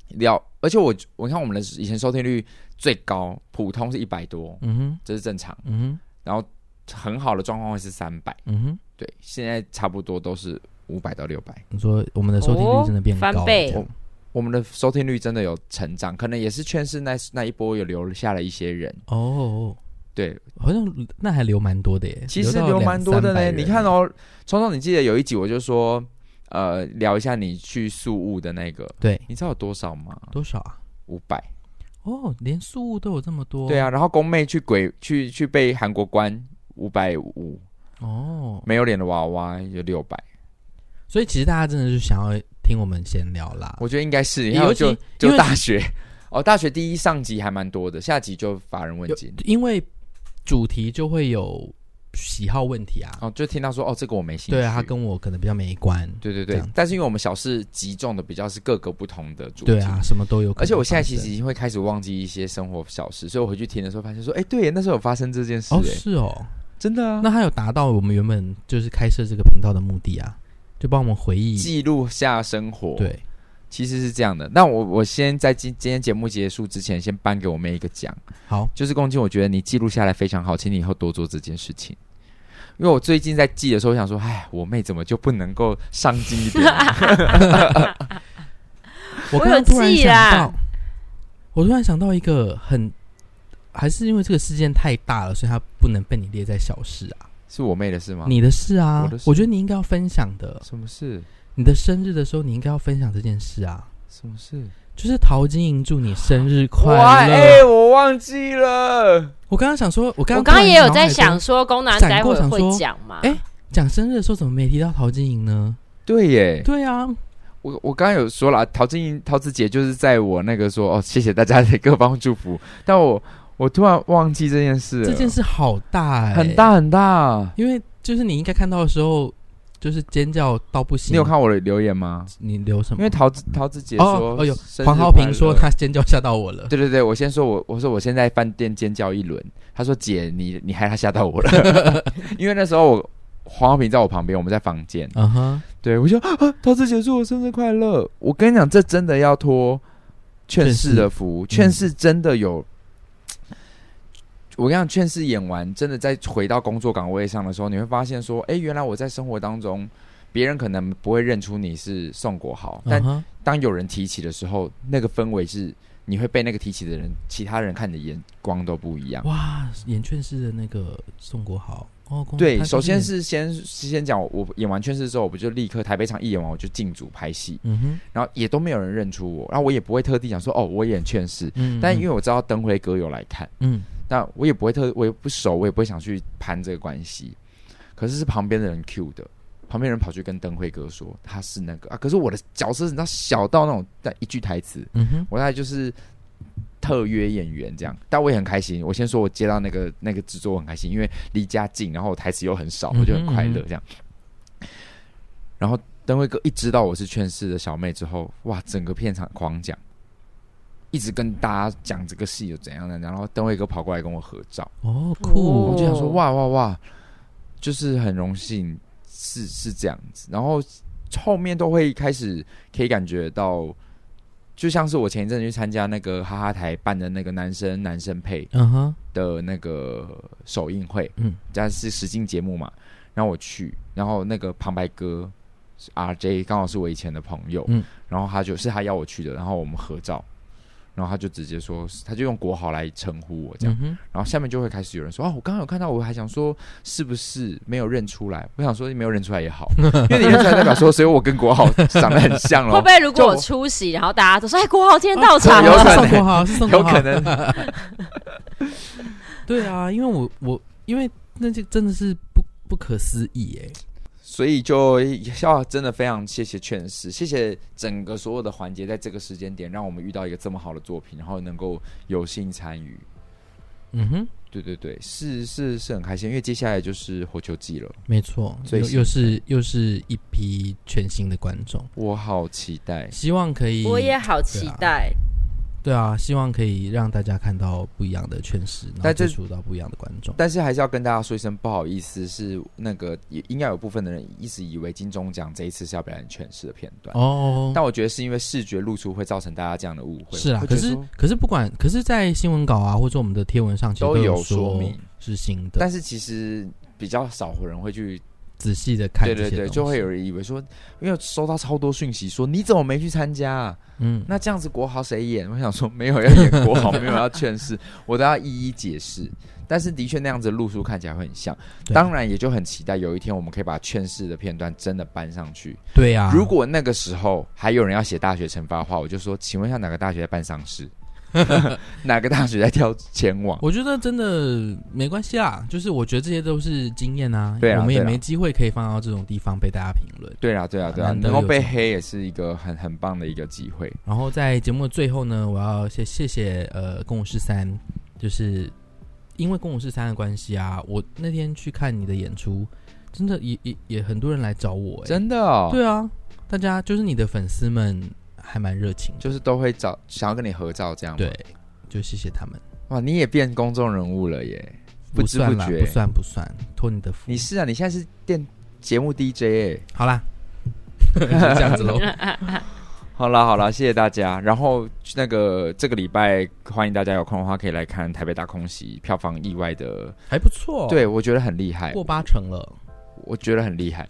S2: 聊，而且我我看我们的以前收听率最高，普通是一百多，
S1: 嗯哼，
S2: 这是正常，
S1: 嗯哼，
S2: 然后很好的状况会是三百，
S1: 嗯哼。
S2: 对，现在差不多都是五百到六百。
S1: 你说我们的收听率真的变高了
S3: 哦翻倍
S1: 这样
S2: 我们的收听率真的有成长，可能也是圈是那那一波有留下了一些人，
S1: 哦，
S2: 对，
S1: 好像那还留蛮多的耶，
S2: 其实
S1: 到
S2: 留蛮多的
S1: 200-300
S2: 呢。
S1: 人
S2: 你看，哦，聪聪，你记得有一集我就说，呃，聊一下你去宿务的那个，
S1: 对，
S2: 你知道有多少吗？
S1: 多少啊？
S2: 五百。
S1: 哦，连宿务都有这么多，
S2: 对，啊，然后宫妹去鬼去去被韩国关五百五，
S1: 哦，
S2: 没有脸的娃娃有六百，
S1: 所以其实大家真的是想要听我们闲聊啦。
S2: 我觉得应该是，
S1: 尤
S2: 然后就
S1: 其因
S2: 就
S1: 为
S2: 大学 哦，大学第一上集还蛮多的，下集就乏人问
S1: 有
S2: 津，
S1: 因为主题就会有喜好问题啊，
S2: 哦，就听到说哦这个我没兴趣，
S1: 对啊，他跟我可能比较没关，
S2: 对对
S1: 这
S2: 对
S1: 样，
S2: 但是因为我们小事集中的比较是各个不同的主题，
S1: 对啊，，什么都有可能发生。
S2: 而且我现在其实已经会开始忘记一些生活小事，所以我回去听的时候发现说，哎，对耶，那时候有发生这件事，
S1: 哦
S2: 哎，
S1: 是哦，
S2: 真的啊，
S1: 那他有达到我们原本就是开设这个频道的目的啊，就帮我们回忆，
S2: 记录下生活，。
S1: 对，
S2: 其实是这样的，那我我先在今今天节目结束之前，先颁给我妹一个奖，
S1: 好，
S2: 就是公斤，我觉得你记录下来非常好，请你以后多做这件事情。因为我最近在记的时候，我想说，哎，我妹怎么就不能够上进一 点呢？
S1: 我
S3: 我
S1: 刚刚
S3: 有
S1: 突然
S3: 记
S1: 想
S3: 啦
S1: 到，我突然想到一个很，还是因为这个事件太大了，所以它不能被你列在小事啊。
S2: 是我妹的事吗？
S1: 你的事啊，
S2: 我
S1: 我
S2: 的事
S1: 觉得你应该要分享的。
S2: 什么事？
S1: 你的生日的时候，你应该要分享这件事啊，
S2: 什么事？
S1: 就是陶晶莹祝你生日快
S2: 哇，哎、
S1: 乐。
S2: 我忘记了。
S1: 我刚刚想说，我刚
S3: 我
S1: 刚
S3: 刚刚也有在
S1: 突然
S3: 想
S1: 脑海中
S3: 说，宫男
S1: 闪
S3: 待
S1: 过
S3: 会
S1: 想
S3: 会
S1: 说
S3: 讲嘛？
S1: 哎讲生日的时候怎么没提到陶晶莹呢？
S2: 对耶，
S1: 对啊，
S2: 我我刚刚有说了，啊陶晶莹、陶子姐就是在我那个说哦，谢谢大家的各方祝福，但我我突然忘记这件事了，
S1: 这件事哎好大、哎
S2: 啊很，大很大。
S1: 因为就是你应该看到的时候，就是尖叫到不行。
S2: 你有？看我的留言吗？
S1: 你留什么？
S2: 因为桃子桃子姐
S1: 嗯哦
S2: 说，
S1: 哦有
S2: 生日
S1: 黄浩平
S2: 快
S1: 说
S2: 乐
S1: 他尖叫吓到我了。
S2: 对对对，我先说我我说我先在饭店尖叫一轮，他说姐你你害他吓到我 了， 因为那时候我黄浩平在我旁边，我们在房间，
S1: 嗯哼，
S2: 对我就啊桃子姐祝我生日快乐，我跟你讲这真的要托劝世的福，
S1: 劝世
S2: 劝世真的有。我跟你讲，劝世演完，真的在回到工作岗位上的时候，你会发现说，哎、原来我在生活当中，别人可能不会认出你是宋国豪，但
S1: 嗯哼，
S2: 当有人提起的时候，那个氛围是你会被那个提起的人，其他人看你的眼光都不一样。
S1: 哇，演劝世的那个宋国豪哦，公
S2: 对，
S1: 他就
S2: 首先
S1: 演
S2: 是先先讲，我演完圈试之后，我不就立刻台北场一演完我就进组拍戏，
S1: 嗯哼，
S2: 然后也都没有人认出我，然后我也不会特地讲说哦我演圈试，
S1: 嗯，
S2: 但因为
S1: 为
S2: 我知道灯辉哥有来看，
S1: 嗯
S2: 但我也不会特我也不熟，我也不会想去攀这个关系。可是是旁边的人 Q 的，旁边人跑去跟灯辉哥说他是那个啊，可是我的角色你知道小到那种但一句台词，
S1: 嗯哼，
S2: 我大概就是特约演员这样，但我也很开心。我先说我接到那个那个制作我很开心，因为离家近，然后我台词又很少，
S1: 嗯哼
S2: 我就很快乐这样。然后灯辉哥一知道我是劝世的小妹之后，哇，整个片场狂讲，一直跟大家讲这个戏有怎样的，然后灯辉哥跑过来跟我合照，
S1: 哦酷，
S2: 我就想说
S3: 哦
S2: 哇哇哇，就是很荣幸是是这样子，然后后面都会开始可以感觉到，就像是我前一阵去参加那个哈哈台办的那个男生男生配
S1: 嗯哼，
S2: 的那个首映会，嗯
S1: 嗯，
S2: 但是实境节目嘛，然后我去，然后那个旁白哥是 RJ 刚好是我以前的朋友，嗯
S1: 嗯，
S2: 然后他就是他邀我去的，然后我们合照，然后他就直接说，他就用国豪来称呼我这样
S1: 嗯，哼，
S2: 然后下面就会开始有人说啊，我刚刚有看到，我还想说是不是没有认出来？我想说没有认出来也好，因为你认出来代表说，所以我跟国豪长得很像
S3: 会
S2: 咯
S3: 不。会如果
S2: 就
S3: 我
S2: 我
S3: 出席，然后大家都说哎，国豪今天到场
S2: 有
S1: 啊
S2: 可
S1: 是
S2: 能
S3: 了，
S1: 宋国豪，是宋国
S2: 有
S1: 豪
S2: 可能，
S1: 对啊，因为我我因为那就真的是不不可思议哎、
S2: 所以就要真的非常谢谢劝世，谢谢整个所有的环节，在这个时间点让我们遇到一个这么好的作品，然后能够有幸参与。
S1: 嗯哼，
S2: 对对对，是是是很开心，因为接下来就是火球季了，
S1: 没错，又
S2: 最新
S1: 又是又是一批全新的观众，
S2: 我好期待。
S1: 希望可以，
S3: 我也好期
S1: 啊
S3: 待。
S1: 对啊，希望可以让大家看到不一样的诠释，然后
S2: 但这
S1: 接触到不一样的观众。
S2: 但是还是要跟大家说一声不好意思，是那个也应该有部分的人一直以为金钟奖这一次是要表演诠释的片段，
S1: 哦，
S2: 但我觉得是因为视觉露出会造成大家这样的误会。
S1: 是啊
S2: 会，觉
S1: 可
S2: 得
S1: 是
S2: 说
S1: 可是不管，可是在新闻稿啊，或者我们的贴文上，其实
S2: 都
S1: 有
S2: 有说明
S1: 是新的，
S2: 但是其实比较少人会去，
S1: 仔细的看
S2: 对
S1: 这
S2: 对
S1: 些
S2: 对，
S1: 东
S2: 就会
S1: 西
S2: 有人以为说，因为收到超多讯息说你怎么没去参加、啊？
S1: 嗯，
S2: 那这样子国豪谁演？ 我想说没有要演国 豪，没有要劝世，我都要一一解释。但是的确那样子路数看起来会很像，
S1: 对
S2: 当然也就很期待有一天我们可以把劝世的片段真的搬上去。
S1: 对啊，
S2: 如果那个时候还有人要写大学惩罚的话，我就说，请问一下哪个大学在办丧事？ 哪个大学在跳前往？
S1: 我觉得真的没关系啦，就是我觉得这些都是经验啊，
S2: 对啊
S1: 我们也
S2: 对啊
S1: 没机会可以放到这种地方被大家评论。
S2: 对啊，对啊，对啊，
S1: 难得
S2: 能够被
S1: 有
S2: 黑也是一个很很棒的一个机会。
S1: 然后在节目的最后呢，我要谢谢谢呃公五十三，就是因为公五十三的关系啊，我那天去看你的演出，真的也也也很多人来找我、欸，
S2: 真的哦，
S1: 对啊，大家就是你的粉丝们还蛮热情的，
S2: 就是都会找想要跟你合照这样。
S1: 对，，就谢谢他们，
S2: 哇，你也变公众人物了耶！不知
S1: 算
S2: 不
S1: 啦，
S2: 觉
S1: 不算不算，托你的福，
S2: 你是啊，你现在是电节目 DJ 哎。
S1: 好 啦，就这样子喽，
S2: 好啦好啦，谢谢大家。然后那个这个礼拜，欢迎大家有空的话可以来看《台北大空袭》，票房意外的，
S1: 还不错，，
S2: 对我觉得很厉害
S1: 过，八成了。
S2: 我觉得很厉害。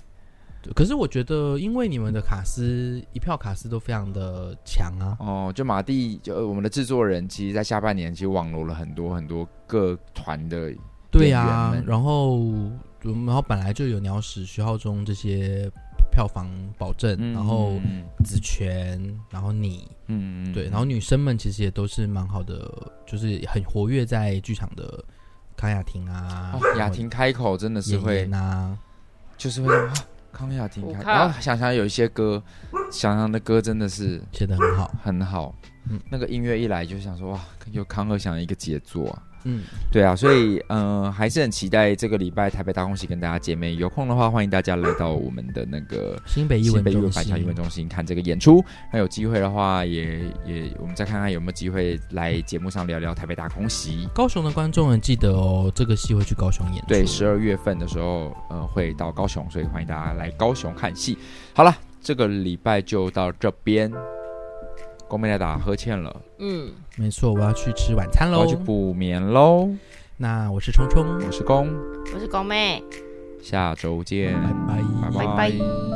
S1: 对可是我觉得，因为你们的卡司一票卡司都非常的强啊，
S2: 哦，就马蒂，就呃我们的制作人，其实在下半年其实网罗了很多很多各团的，
S1: 对
S2: 演
S1: 呀、
S2: 员们
S1: 然后嗯然后本来就有鸟屎、徐浩中这些票房保证，
S2: 嗯
S1: 然后
S2: 嗯
S1: 子璇，然后你，
S2: 嗯嗯
S1: 对，然后女生们其实也都是蛮好的，就是很活跃在剧场的康雅婷啊
S2: 哦、雅婷开口真的是
S1: 然后
S2: 会
S1: 妍妍，啊，
S2: 就是会说啊康雅婷
S3: 我
S2: 开口，
S3: 看
S2: 然后想想有一些歌，想想的歌真的是
S1: 写的很好，
S2: 很好，
S1: 嗯
S2: 那个音乐一来就想说哇，有康和祥的一个杰作啊。
S1: 嗯，
S2: 对啊，所以嗯、呃还是很期待这个礼拜台北大空袭跟大家见面。有空的话，欢迎大家来到我们的那个
S1: 新北艺
S2: 新
S1: 文
S2: 北艺
S1: 中
S2: 文板桥
S1: 心
S2: 艺文中心看这个演出。那有机会的话也，也我们再看看有没有机会来节目上聊聊台北大空袭。
S1: 高雄的观众们记得哦，这个戏会去高雄演出，
S2: 对，十二月份的时候，呃，会到高雄，所以欢迎大家来高雄看戏。好了，这个礼拜就到这边。公妹来打呵欠了，
S3: 嗯，
S1: 没错，我要去吃晚餐
S2: 我要
S1: 喽
S2: 去。补眠喽。
S1: 那我是冲冲，
S2: 我是公，
S3: 我是公妹。
S2: 下周见，
S1: 拜拜
S2: 拜
S3: 拜拜
S2: 拜